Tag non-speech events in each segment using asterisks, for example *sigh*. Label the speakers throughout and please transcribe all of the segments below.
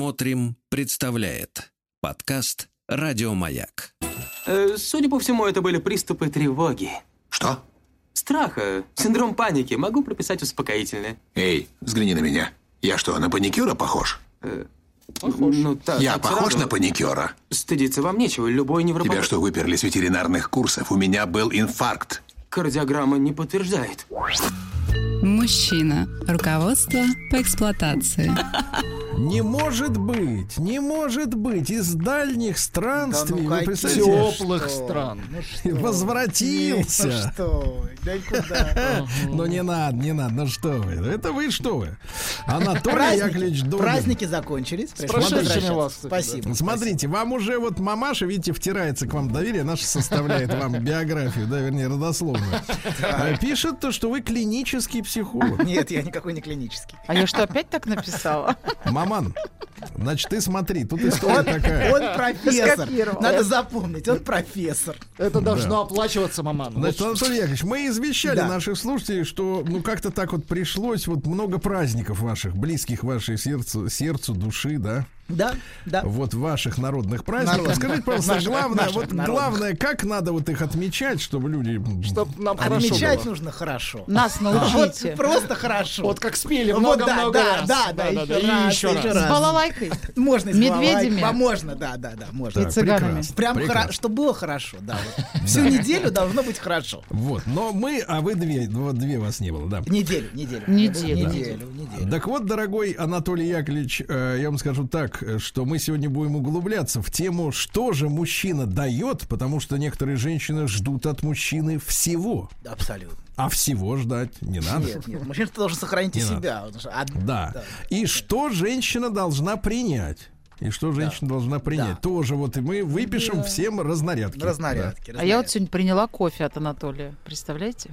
Speaker 1: Смотрим, представляет подкаст Радиомаяк.
Speaker 2: Э, Судя по всему, это были приступы тревоги.
Speaker 3: Что?
Speaker 2: Страха, синдром паники. Могу прописать успокоительное.
Speaker 3: Эй, взгляни на меня. Я что, на паникюра похож?
Speaker 2: Похож. Ну, так,
Speaker 3: Я
Speaker 2: так
Speaker 3: похож
Speaker 2: сразу.
Speaker 3: на паникюра?
Speaker 2: Стыдиться вам нечего. Любой невропат...
Speaker 3: Тебя что, выперли с ветеринарных курсов? У меня был инфаркт.
Speaker 2: Кардиограмма не подтверждает.
Speaker 4: Мужчина. Руководство по эксплуатации.
Speaker 5: Не может быть, не может быть. Из дальних странствий,
Speaker 6: ну,
Speaker 5: вы представляете,
Speaker 6: теплых стран.
Speaker 5: *laughs*
Speaker 6: Ну что вы.
Speaker 5: возвратился.
Speaker 6: Ну что вы, да
Speaker 5: *laughs*
Speaker 6: куда?
Speaker 5: Ну не надо, не надо, ну что вы. Это вы что вы. Анатолий
Speaker 6: Праздники-
Speaker 5: Яковлевич Догин.
Speaker 6: Праздники закончились. Пришло
Speaker 5: прошедшими
Speaker 6: возвращаться.
Speaker 5: вас,
Speaker 6: Спасибо. спасибо.
Speaker 5: Смотрите, вам уже вот мамаша, видите, втирается к вам доверие, наша составляет вам биографию, да, вернее, родословную. Э, Пишет то, что вы клинический психолог.
Speaker 6: Нет, я никакой
Speaker 5: *laughs*
Speaker 6: не клинический.
Speaker 7: А я что, опять так написала?
Speaker 5: Маман, значит, ты смотри, тут история
Speaker 6: Он,
Speaker 5: такая.
Speaker 6: он профессор.
Speaker 7: Скопировал.
Speaker 6: Надо запомнить, он профессор.
Speaker 8: Это должно оплачиваться, маман.
Speaker 5: Значит, Анатолий Яковлевич, мы извещали
Speaker 6: Да.
Speaker 5: наших слушателей, что ну как-то так вот пришлось, вот много праздников ваших, близких вашей сердцу, сердцу души, да,
Speaker 6: Да, да.
Speaker 5: вот ваших народных праздников.
Speaker 6: Народных.
Speaker 5: Скажите, пожалуйста,
Speaker 6: Наших-
Speaker 5: главное,
Speaker 6: наших
Speaker 5: вот
Speaker 6: народных.
Speaker 5: главное, как надо вот их отмечать, чтобы люди... м,
Speaker 8: чтобы нам хорошо
Speaker 6: А Отмечать
Speaker 8: было.
Speaker 6: нужно хорошо.
Speaker 7: Нас
Speaker 6: Вот
Speaker 7: научите.
Speaker 6: просто хорошо.
Speaker 8: Вот как спели
Speaker 6: Вот
Speaker 8: много-много
Speaker 6: да, да,
Speaker 8: раз.
Speaker 6: да, да, еще раз,
Speaker 8: еще
Speaker 6: еще
Speaker 8: раз.
Speaker 6: раз.
Speaker 7: С балалайкой.
Speaker 6: Можно и с
Speaker 7: Медведями.
Speaker 6: балалайкой, Можно, да, да, да, можно.
Speaker 5: так,
Speaker 7: цыганами.
Speaker 5: прекрасно,
Speaker 6: Прям
Speaker 5: прекрасно.
Speaker 6: хорошо, чтобы было хорошо, да.
Speaker 5: *laughs*
Speaker 6: вот. Всю неделю должно быть хорошо.
Speaker 5: Вот, но мы, а вы две, дво- две вас не было, да.
Speaker 6: Неделю, неделю.
Speaker 7: Неделю.
Speaker 6: Неделю, неделю.
Speaker 5: Так вот, дорогой Анатолий Яковлевич, э, я вам скажу так, э, что мы сегодня будем углубляться в тему, что же мужчина дает, потому что некоторые женщины ждут от мужчины всего.
Speaker 6: Абсолютно.
Speaker 5: А всего ждать не надо.
Speaker 6: Нет, нет, мужчина должен сохранить и
Speaker 5: Не надо.
Speaker 6: себя. потому что од-
Speaker 5: Да. И что женщина должина принять? И что женщина должна принять?
Speaker 6: Да.
Speaker 5: Тоже вот и мы выпишем всем разнарядки.
Speaker 6: Разнарядки.
Speaker 7: А *laughs* я вот сегодня приняла кофе от Анатолия. Представляете?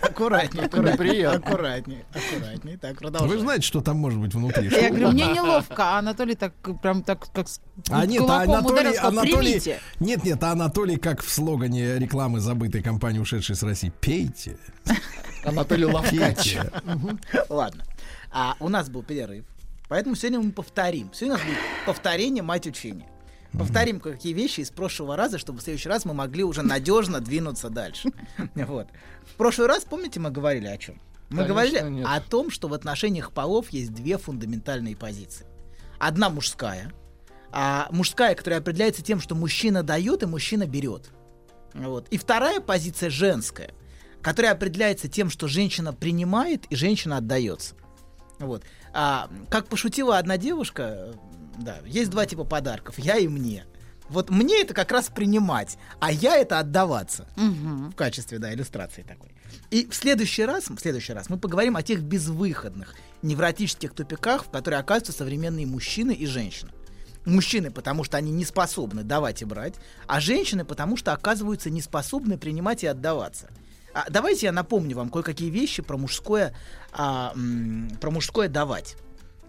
Speaker 6: Аккуратнее, аккуратнее,
Speaker 8: Неприятно.
Speaker 6: аккуратнее, аккуратнее. Так,
Speaker 5: Да. Вы
Speaker 6: продолжаем.
Speaker 5: знаете, что там может быть внутри?
Speaker 7: Я
Speaker 5: Что-
Speaker 7: говорю, мне неловко, а Анатолий так э, прям так как с
Speaker 5: А нет, а
Speaker 7: кулаком ударил,
Speaker 5: Анатолий,
Speaker 7: сказал,
Speaker 5: Анатолий,
Speaker 7: примите.
Speaker 5: нет, нет, а Анатолий, как в слогане рекламы забытой компании, ушедшей с России, пейте,
Speaker 8: Анатолий Лавкач.
Speaker 5: пейте.
Speaker 6: *laughs* Ладно. А у нас был перерыв. Поэтому сегодня мы повторим. Сегодня у нас будет повторение мать учения. Повторим какие вещи из прошлого раза, чтобы в следующий раз мы могли уже надежно двинуться
Speaker 8: *laughs*
Speaker 6: дальше. Вот. В прошлый раз, помните, мы говорили о чем? Мы
Speaker 8: Конечно,
Speaker 6: говорили
Speaker 8: нет.
Speaker 6: о том, что в отношениях полов есть две фундаментальные позиции. Одна мужская, а мужская, которая определяется тем, что мужчина дает и мужчина берет. Вот. И вторая позиция женская, которая определяется тем, что женщина принимает и женщина отдается. Вот. А, как пошутила одна девушка, э, да, есть два типа подарков, я и мне. Вот мне это как раз принимать, а я это отдаваться
Speaker 7: Мгм.
Speaker 6: в качестве, да, иллюстрации такой. И в следующий раз, в следующий раз мы поговорим о тех безвыходных невротических тупиках, в которые оказываются современные мужчины и женщины. Мужчины, потому что они не способны давать и брать, а женщины, потому что оказываются не способны принимать и отдаваться. А давайте я напомню вам кое-какие вещи про мужское, а, м, про мужское давать.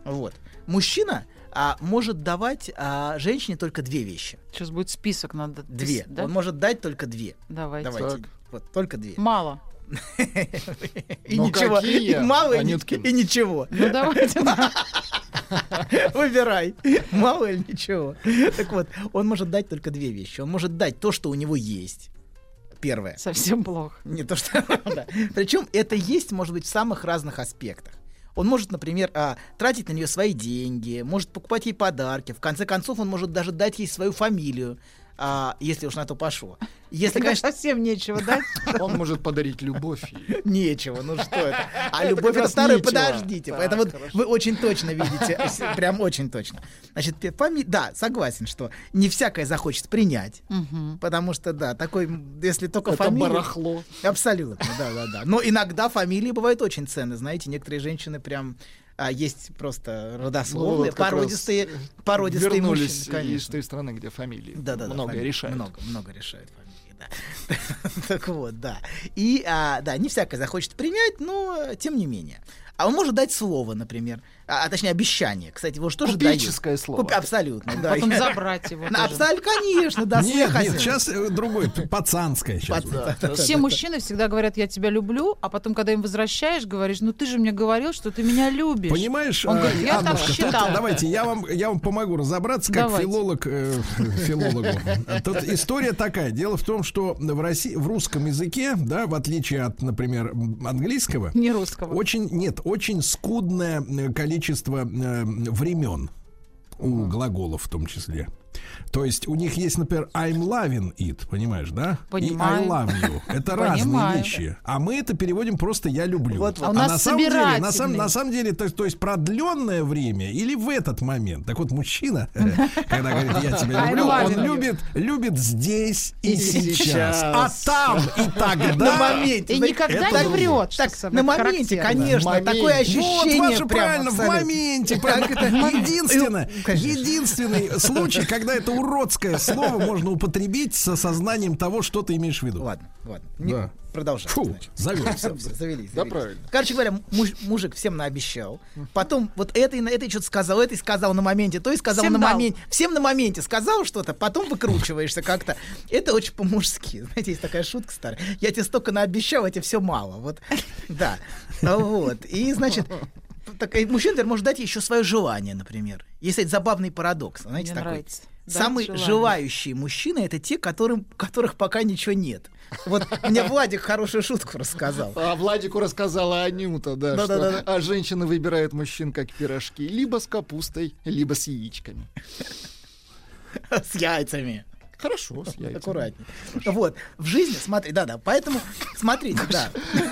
Speaker 6: Вот. Мужчина а, может давать а, женщине только две вещи.
Speaker 7: Сейчас будет список, надо... пис-
Speaker 6: Две.
Speaker 7: да?
Speaker 6: Он может дать только две.
Speaker 7: Давайте.
Speaker 6: Давайте.
Speaker 8: Так.
Speaker 6: Вот, только две.
Speaker 7: Мало.
Speaker 6: И
Speaker 8: Ну
Speaker 6: ничего.
Speaker 8: какие,
Speaker 6: И мало, и ни-
Speaker 8: Анюткин?
Speaker 6: и ничего.
Speaker 7: Ну давайте. да.
Speaker 6: Выбирай. *laughs* Мало или ничего. Так вот, он может дать только две вещи. Он может дать то, что у него есть. Первое.
Speaker 7: Совсем плохо.
Speaker 6: Не то, что... *laughs* Причем это есть, может быть, в самых разных аспектах. Он может, например, а, тратить на нее свои деньги, может покупать ей подарки. В конце концов, он может даже дать ей свою фамилию, а, если уж на то пошло. Если,
Speaker 7: Когда
Speaker 6: конечно,
Speaker 7: совсем нечего
Speaker 6: *laughs*
Speaker 7: дать.
Speaker 8: Он может подарить любовь. ей.
Speaker 6: Нечего, ну что это? А любовь
Speaker 8: как
Speaker 6: это
Speaker 8: раз
Speaker 6: второе,
Speaker 8: нечего.
Speaker 6: подождите.
Speaker 8: Так,
Speaker 6: Поэтому вот
Speaker 8: хорошо.
Speaker 6: вы очень точно видите, э, с- прям очень точно. Значит, пе- пами- да, согласен, что не всякое захочет принять.
Speaker 7: Мгм.
Speaker 6: Потому что, да, такой, м, если только
Speaker 8: Это
Speaker 6: фамилия...
Speaker 8: барахло.
Speaker 6: Абсолютно, да, да, да. Но иногда фамилии бывают очень ценны. Знаете, некоторые женщины прям а, есть просто
Speaker 8: Ну,
Speaker 6: родословные,
Speaker 8: вот как раз
Speaker 6: породистые, породистые
Speaker 8: Вернулись
Speaker 6: мужчины, конечно.
Speaker 8: из той страны, где фамилии
Speaker 6: Да, да, да.
Speaker 8: многое
Speaker 6: фами-
Speaker 8: решает.
Speaker 6: Много, много решает фамилии, да. *laughs* Так вот, да. И, а, да, не всякое захочет принять, но э, тем не менее. А он может дать слово, например. А, а точнее, обещание. Кстати, его же тоже дают.
Speaker 8: Купеческое слово.
Speaker 6: Куп- Абсолютно, да.
Speaker 7: Потом забрать его.
Speaker 6: *laughs* На-
Speaker 7: тоже.
Speaker 6: Абсолютно, конечно, да,
Speaker 5: Нет,
Speaker 6: смеха
Speaker 5: нет,
Speaker 6: себе.
Speaker 5: сейчас другой, т- пацанское сейчас.
Speaker 6: Пацан.
Speaker 7: Все мужчины всегда говорят, я тебя люблю, а потом, когда им возвращаешь, говоришь, ну ты же мне говорил, что ты меня любишь.
Speaker 5: Понимаешь,
Speaker 7: Он
Speaker 5: э,
Speaker 7: говорит, я так
Speaker 5: Аннушка, тут
Speaker 7: считал.
Speaker 5: *laughs* давайте я вам, я вам помогу разобраться, как
Speaker 7: Давайте.
Speaker 5: филолог э, *laughs* филологу. Тут история такая. Дело в том, что в России, в русском языке, да, в отличие от, например, м, английского,
Speaker 7: *laughs* Не русского.
Speaker 5: очень, нет, очень скудное э, количество э, времен у глаголов в том числе. То есть у них есть, например, I'm loving it, понимаешь, да?
Speaker 7: Понимаю.
Speaker 5: И I love
Speaker 7: *laughs*
Speaker 5: you. Это разные
Speaker 7: Понимаю.
Speaker 5: вещи. А мы это переводим просто «я люблю».
Speaker 6: Вот, вот.
Speaker 7: А у
Speaker 5: на
Speaker 7: нас
Speaker 5: самом деле, на, сам-
Speaker 7: собирательный.
Speaker 5: на самом деле, то, то есть продленное время или в этот момент. Так вот, мужчина, *laughs* когда говорит, я тебя
Speaker 7: I
Speaker 5: люблю,
Speaker 7: love
Speaker 5: он
Speaker 7: you.
Speaker 5: любит, любит здесь и
Speaker 8: И
Speaker 5: сейчас.
Speaker 8: сейчас.
Speaker 5: А там и
Speaker 6: На
Speaker 5: тогда.
Speaker 6: моменте.
Speaker 7: И
Speaker 6: знаете,
Speaker 7: никогда
Speaker 6: так-
Speaker 7: не врет. что
Speaker 6: Так,
Speaker 7: самое
Speaker 6: на моменте,
Speaker 7: характерное.
Speaker 6: конечно,
Speaker 8: Момент.
Speaker 6: такое
Speaker 5: Вот,
Speaker 6: ощущение.
Speaker 5: ваше
Speaker 6: прям
Speaker 5: правильно, в
Speaker 6: абсолютно.
Speaker 5: моменте.
Speaker 6: *laughs*
Speaker 5: правильно. Единственное,
Speaker 6: Ну, конечно.
Speaker 5: единственный случай, когда это уродское слово можно употребить с осознанием того, что ты имеешь в виду.
Speaker 6: Ладно, ладно. Не-
Speaker 5: Да.
Speaker 6: Продолжаем.
Speaker 5: Фу,
Speaker 6: значит. *laughs*
Speaker 5: завелся.
Speaker 6: Завелись, завелись.
Speaker 8: Да, правильно.
Speaker 6: Короче говоря, муж- мужик всем наобещал. Потом вот это и на это что-то сказал, это и сказал на моменте, то и сказал
Speaker 7: Всем
Speaker 6: на
Speaker 7: дал.
Speaker 6: моменте. Всем на моменте сказал что-то, потом выкручиваешься как-то. Это очень по-мужски. *laughs* Знаете, есть такая шутка старая. Я тебе столько наобещал, а тебе все мало. Вот. *laughs* Да. Вот. И, значит, так, и мужчина, например, может дать еще свое желание, например. Есть этот забавный парадокс. Знаете,
Speaker 7: Мне
Speaker 6: такой.
Speaker 7: нравится. Да,
Speaker 6: Самые
Speaker 7: желание.
Speaker 6: желающие мужчины это те, которым, которых пока ничего нет. Вот мне Владик хорошую шутку рассказал.
Speaker 8: А Владику рассказала Анюта, да,
Speaker 6: Да,
Speaker 8: что
Speaker 6: да, да, да.
Speaker 8: а женщины выбирают мужчин как пирожки, либо с капустой, либо с яичками.
Speaker 6: С яйцами.
Speaker 8: Хорошо, с яйцами.
Speaker 6: Аккуратнее. Вот. В жизни, смотри, да-да, поэтому смотрите, да.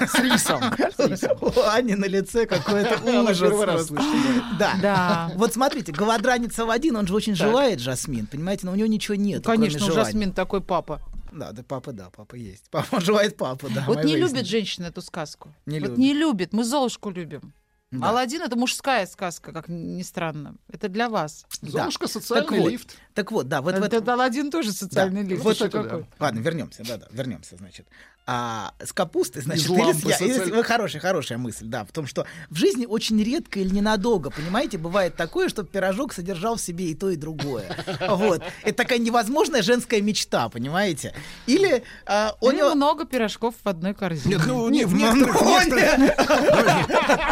Speaker 8: С
Speaker 6: *laughs*
Speaker 8: рисом. С рисом.
Speaker 6: У Ани на лице какой-то
Speaker 8: Она
Speaker 6: ужас.
Speaker 8: первый раз
Speaker 6: просто.
Speaker 8: слышит,
Speaker 6: Да.
Speaker 7: Да.
Speaker 6: *laughs* Вот смотрите, голодранец Авадин, он же очень желает Жасмин, понимаете, но у него ничего нет.
Speaker 7: Конечно, у
Speaker 6: кроме желания.
Speaker 7: Жасмин такой папа.
Speaker 6: Да, да, папа, да, папа есть. Папа, он желает папу, да.
Speaker 7: вот
Speaker 6: мы
Speaker 7: не
Speaker 6: выяснили.
Speaker 7: любит женщина эту сказку.
Speaker 6: А Не
Speaker 7: вот
Speaker 6: любит.
Speaker 7: не любит. Мы Золушку любим.
Speaker 6: Да.
Speaker 7: Аладдин это мужская сказка, как ни странно. Это для вас.
Speaker 6: Да.
Speaker 8: Золушка
Speaker 6: Так
Speaker 8: социальный
Speaker 6: вот,
Speaker 8: лифт.
Speaker 6: так вот, да, вот в
Speaker 7: Этот
Speaker 6: этом...
Speaker 7: Аладдин тоже социальный
Speaker 6: Да.
Speaker 7: лифт.
Speaker 6: Вот
Speaker 7: Еще
Speaker 8: это да.
Speaker 7: какой.
Speaker 6: Ладно, вернемся, да, да, вернемся, значит. А, с капустой, значит, или
Speaker 8: лампы
Speaker 6: с я- или с-
Speaker 8: социально-
Speaker 6: хорошая, хорошая мысль, да, в том, что в жизни очень редко или ненадолго, понимаете, бывает такое, что пирожок содержал в себе и то, и другое. Вот. Это такая невозможная женская мечта, понимаете? Или а, у
Speaker 7: Или
Speaker 6: него-
Speaker 7: много пирожков в одной корзине.
Speaker 5: Нет, ну не в
Speaker 6: Ну,
Speaker 5: некоторых, в
Speaker 6: ну,
Speaker 5: некоторых-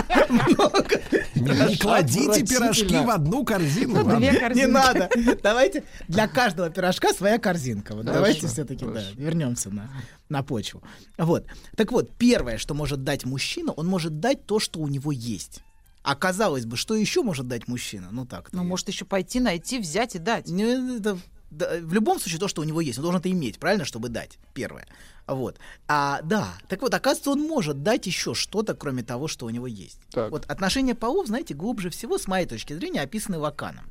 Speaker 6: нет.
Speaker 5: Не не кладите пирожки
Speaker 8: Отвратительно.
Speaker 5: в одну корзину.
Speaker 7: Ну,
Speaker 5: ладно.
Speaker 7: две корзины.
Speaker 6: Не надо.
Speaker 7: *laughs*
Speaker 6: Давайте для каждого пирожка своя корзинка. Вот давайте все-таки да, вернемся на, на почву. Вот. Так вот, первое, что может дать мужчина, он может дать то, что у него есть. А казалось бы, что еще может дать мужчина? Ну так.
Speaker 7: Ну, может, еще пойти, найти, взять и дать.
Speaker 6: Ну, это- да, в любом случае, то, что у него есть, он должен это иметь, правильно, чтобы дать. Первое. Вот. А, да. Так вот, оказывается, он может дать еще что-то, кроме того, что у него есть.
Speaker 8: Так.
Speaker 6: Вот отношения полов, знаете, глубже всего, с моей точки зрения, описаны Лаканом.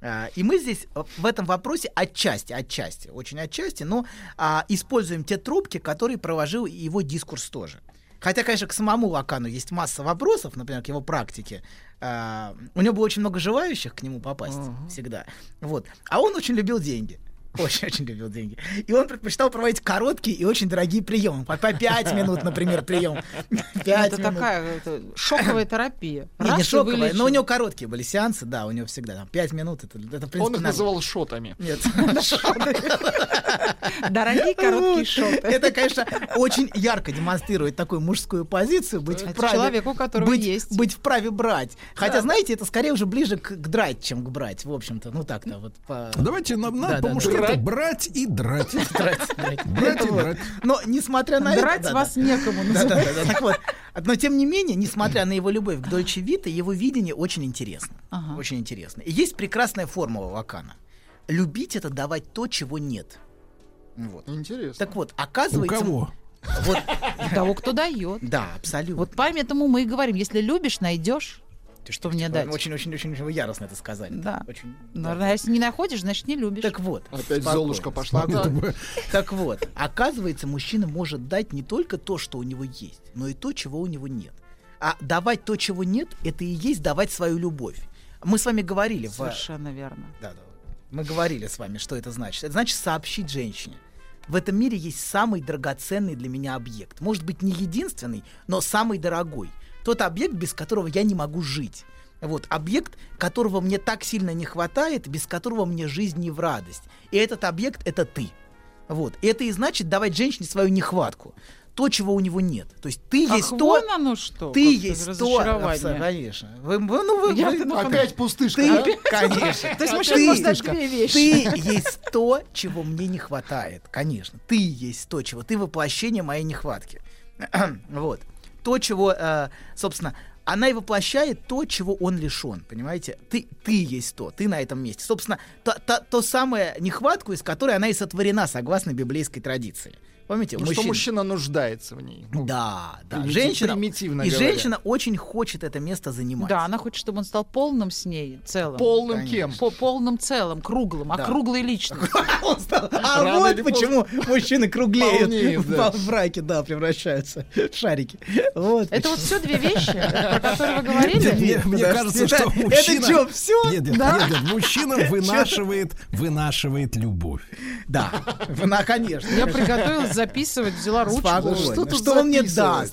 Speaker 6: А, И мы здесь э, в этом вопросе отчасти, отчасти, очень отчасти, но а, используем те трубки, которые проложил и его дискурс тоже. Хотя, конечно, к самому Лакану есть масса вопросов, например, к его практике. А, У него было очень много желающих к нему попасть всегда. Вот. А он очень любил деньги. Очень-очень любил деньги. И он предпочитал проводить короткие и очень дорогие приемы. По 5 минут, например, прием. Пять
Speaker 7: Ну, это
Speaker 6: минут.
Speaker 7: такая это шоковая терапия.
Speaker 6: Не, не
Speaker 7: Раз и
Speaker 6: шоковая, но у
Speaker 7: вылечил.
Speaker 6: него короткие были сеансы, да, у него всегда там 5 минут, это, это в принципе,
Speaker 8: Он их
Speaker 6: нормально.
Speaker 8: называл шотами.
Speaker 6: Нет. *laughs*
Speaker 7: дорогие короткие
Speaker 6: *laughs* Вот.
Speaker 7: шоты.
Speaker 6: Это, конечно, очень ярко демонстрирует такую мужскую позицию, быть
Speaker 7: Это
Speaker 6: вправе...
Speaker 7: человек, у которого
Speaker 6: быть,
Speaker 7: есть.
Speaker 6: Быть вправе брать. Хотя, знаете, это скорее уже ближе к, к драть, чем к брать, в общем-то. Ну так-то вот по...
Speaker 5: Давайте нам
Speaker 6: Да,
Speaker 5: надо
Speaker 6: да,
Speaker 5: по-мужски это брать и драть.
Speaker 6: Драть, драть.
Speaker 5: Брать и
Speaker 6: Вот.
Speaker 5: драть.
Speaker 6: Но несмотря на это...
Speaker 7: Драть
Speaker 6: да-да.
Speaker 7: вас некому. ну,
Speaker 6: Да, да, да, да. Так вот. Но тем не менее, несмотря на его любовь к Дольче Вита, его видение очень интересно.
Speaker 7: *laughs* Ага.
Speaker 6: Очень интересно. И есть прекрасная формула Лакана. Любить это давать то, чего нет. Вот.
Speaker 7: Ну,
Speaker 8: Интересно.
Speaker 6: Так вот,
Speaker 5: У
Speaker 6: оказывается...
Speaker 5: кого?
Speaker 6: Вот,
Speaker 7: Того, кто дает.
Speaker 6: да, абсолютно.
Speaker 7: Вот поэтому мы и говорим, если любишь, найдешь. Что мне дать?
Speaker 6: Очень-очень-очень вы яростно это сказали.
Speaker 7: Да.
Speaker 6: Очень, типа, да.
Speaker 7: Наверное, если не находишь, значит не любишь.
Speaker 6: Так вот.
Speaker 8: Опять
Speaker 6: спокойно,
Speaker 8: Золушка пошла.
Speaker 6: спокойно.
Speaker 8: Да.
Speaker 6: Так вот, оказывается, мужчина может дать не только то, что у него есть, но и то, чего у него нет. А давать то, чего нет, это и есть давать свою любовь. Мы с вами говорили в...
Speaker 7: Совершенно верно.
Speaker 6: Да, да. Мы говорили с вами, что это значит. Это значит сообщить женщине. В этом мире есть самый драгоценный для меня объект. Может быть, не единственный, но самый дорогой. Тот объект, без которого я не могу жить. Вот объект, которого мне так сильно не хватает, без которого мне жизнь не в радость. И этот объект — это ты. Вот. И это и значит давать женщине свою нехватку. То, чего у него нет. То есть ты
Speaker 7: Ах,
Speaker 6: есть
Speaker 7: вон
Speaker 6: то,
Speaker 7: оно ну что.
Speaker 6: ты
Speaker 7: как-то
Speaker 6: есть то. Абсо-
Speaker 7: разочарование.
Speaker 6: Конечно. Вы, вы- ну, вы-
Speaker 7: Я-
Speaker 6: вы-
Speaker 7: ну,
Speaker 8: Опять пустышка,
Speaker 6: ты,
Speaker 8: а?
Speaker 6: *laughs*
Speaker 8: *laughs*
Speaker 6: конечно.
Speaker 7: То есть
Speaker 6: Ты-
Speaker 7: мужчина может дать две вещи.
Speaker 6: Ты есть *laughs* то, чего мне не хватает, конечно. Ты есть то, чего. Ты воплощение моей нехватки. *clears throat* вот. То, чего, э, собственно, она и воплощает то, чего он лишен, понимаете? Ты, ты есть то, ты на этом месте. Собственно, то, то, то самое нехватку, из которой она и сотворена, согласно библейской традиции. Помните,
Speaker 8: Ну, что мужчина нуждается в ней. Ну,
Speaker 6: Да, да.
Speaker 8: примити-
Speaker 6: женщина,
Speaker 8: примитивно
Speaker 6: и
Speaker 8: говоря.
Speaker 6: женщина очень хочет это место занимать.
Speaker 7: Да, она хочет, чтобы он стал полным с ней, целым.
Speaker 8: Полным
Speaker 6: Конечно.
Speaker 8: кем?
Speaker 7: По полным целым, круглым,
Speaker 6: Да.
Speaker 7: округлой личностью.
Speaker 6: *laughs* Он стал- А
Speaker 8: Рано
Speaker 6: вот
Speaker 8: или поздно.
Speaker 6: почему мужчины круглеют
Speaker 8: Полнеют,
Speaker 6: в
Speaker 8: да.
Speaker 6: в браке, да, превращаются в шарики. Вот.
Speaker 7: Это вот
Speaker 6: почему.
Speaker 7: все две вещи, про которые вы говорили?
Speaker 5: Нет, Мне
Speaker 6: Подожди,
Speaker 5: кажется,
Speaker 6: это-
Speaker 5: что мужчина...
Speaker 6: Это что, все?
Speaker 5: Нет, нет, нет, нет,
Speaker 6: *laughs*
Speaker 5: мужчина вынашивает, вынашивает любовь.
Speaker 6: Да, на, конечно.
Speaker 7: Я приготовилась записывать, взяла ручку.
Speaker 6: Спокойно.
Speaker 8: что
Speaker 6: Что,
Speaker 8: тут
Speaker 6: он мне
Speaker 8: записывать?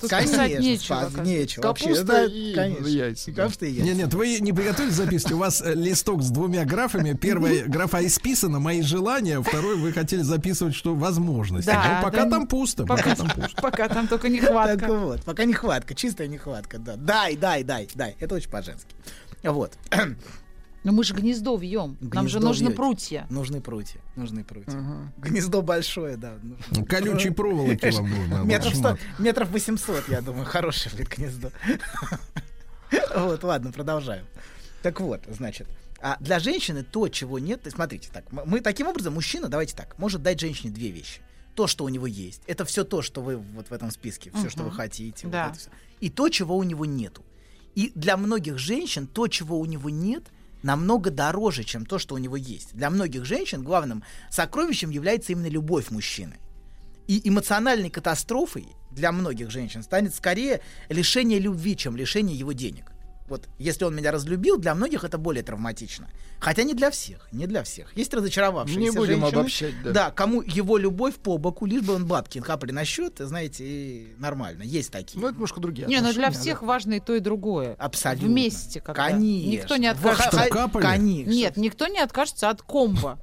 Speaker 6: даст?
Speaker 7: Тут писать
Speaker 6: конечно,
Speaker 7: нечего,
Speaker 6: спас-
Speaker 7: оказывается.
Speaker 6: нечего. Вообще,
Speaker 8: Капуста
Speaker 6: да,
Speaker 8: и
Speaker 6: конечно.
Speaker 8: яйца,
Speaker 6: И
Speaker 8: да.
Speaker 6: Капуста и яйца.
Speaker 5: Нет, нет, вы не приготовили записки. У вас э, листок с двумя графами.
Speaker 7: *laughs*
Speaker 5: Первая графа исписана, мои желания. Второй вы хотели записывать, что возможности.
Speaker 7: Да,
Speaker 5: Ну, пока
Speaker 7: да.
Speaker 5: там пусто. Пока там пусто.
Speaker 7: Пока там только
Speaker 6: Так
Speaker 7: нехватка.
Speaker 6: вот, пока нехватка, чистая нехватка, да. Дай, дай, дай, дай. Это очень по-женски. Вот.
Speaker 7: Но мы же гнездо вьем. Нам же
Speaker 6: Гнездо
Speaker 7: нужны
Speaker 6: вьёте.
Speaker 7: прутья.
Speaker 6: Нужны прутья, нужны прутья. Гнездо большое, да. нужно.
Speaker 5: Колючей проволоки вам
Speaker 7: *laughs*
Speaker 5: нужно.
Speaker 6: Метров,
Speaker 5: Лакшман.
Speaker 6: 100, метров 800, я думаю, хорошее будет гнездо. *laughs* Вот, ладно, продолжаем. Так вот, значит, а для женщины то, чего нет, и смотрите, так, м- мы таким образом, мужчина, давайте так, может дать женщине две вещи. То, что у него есть, это все то, что вы вот в этом списке, все, что вы
Speaker 7: Мгм.
Speaker 6: хотите, вот
Speaker 7: Да.
Speaker 6: это всё. и то, чего у него нету. И для многих женщин то, чего у него нет, намного дороже, чем то, что у него есть. Для многих женщин главным сокровищем является именно любовь мужчины. И эмоциональной катастрофой для многих женщин станет скорее лишение любви, чем лишение его денег. Вот если он меня разлюбил, для многих это более травматично. Хотя не для всех, не для всех. Есть разочаровавшиеся
Speaker 8: Не будем
Speaker 6: женщины.
Speaker 8: обобщать, да.
Speaker 6: Да, кому его любовь по боку, лишь бы он бабки капли на счет, знаете, и нормально. Есть такие.
Speaker 8: Ну, это немножко другие
Speaker 7: Не, ну для
Speaker 8: отношения,
Speaker 7: всех важно и то, и другое.
Speaker 6: Абсолютно.
Speaker 7: Вместе как-то.
Speaker 6: Конечно.
Speaker 7: Никто не
Speaker 6: Во-
Speaker 7: откажется.
Speaker 5: Что, капали?
Speaker 6: Конечно.
Speaker 7: Нет, никто не откажется от комбо.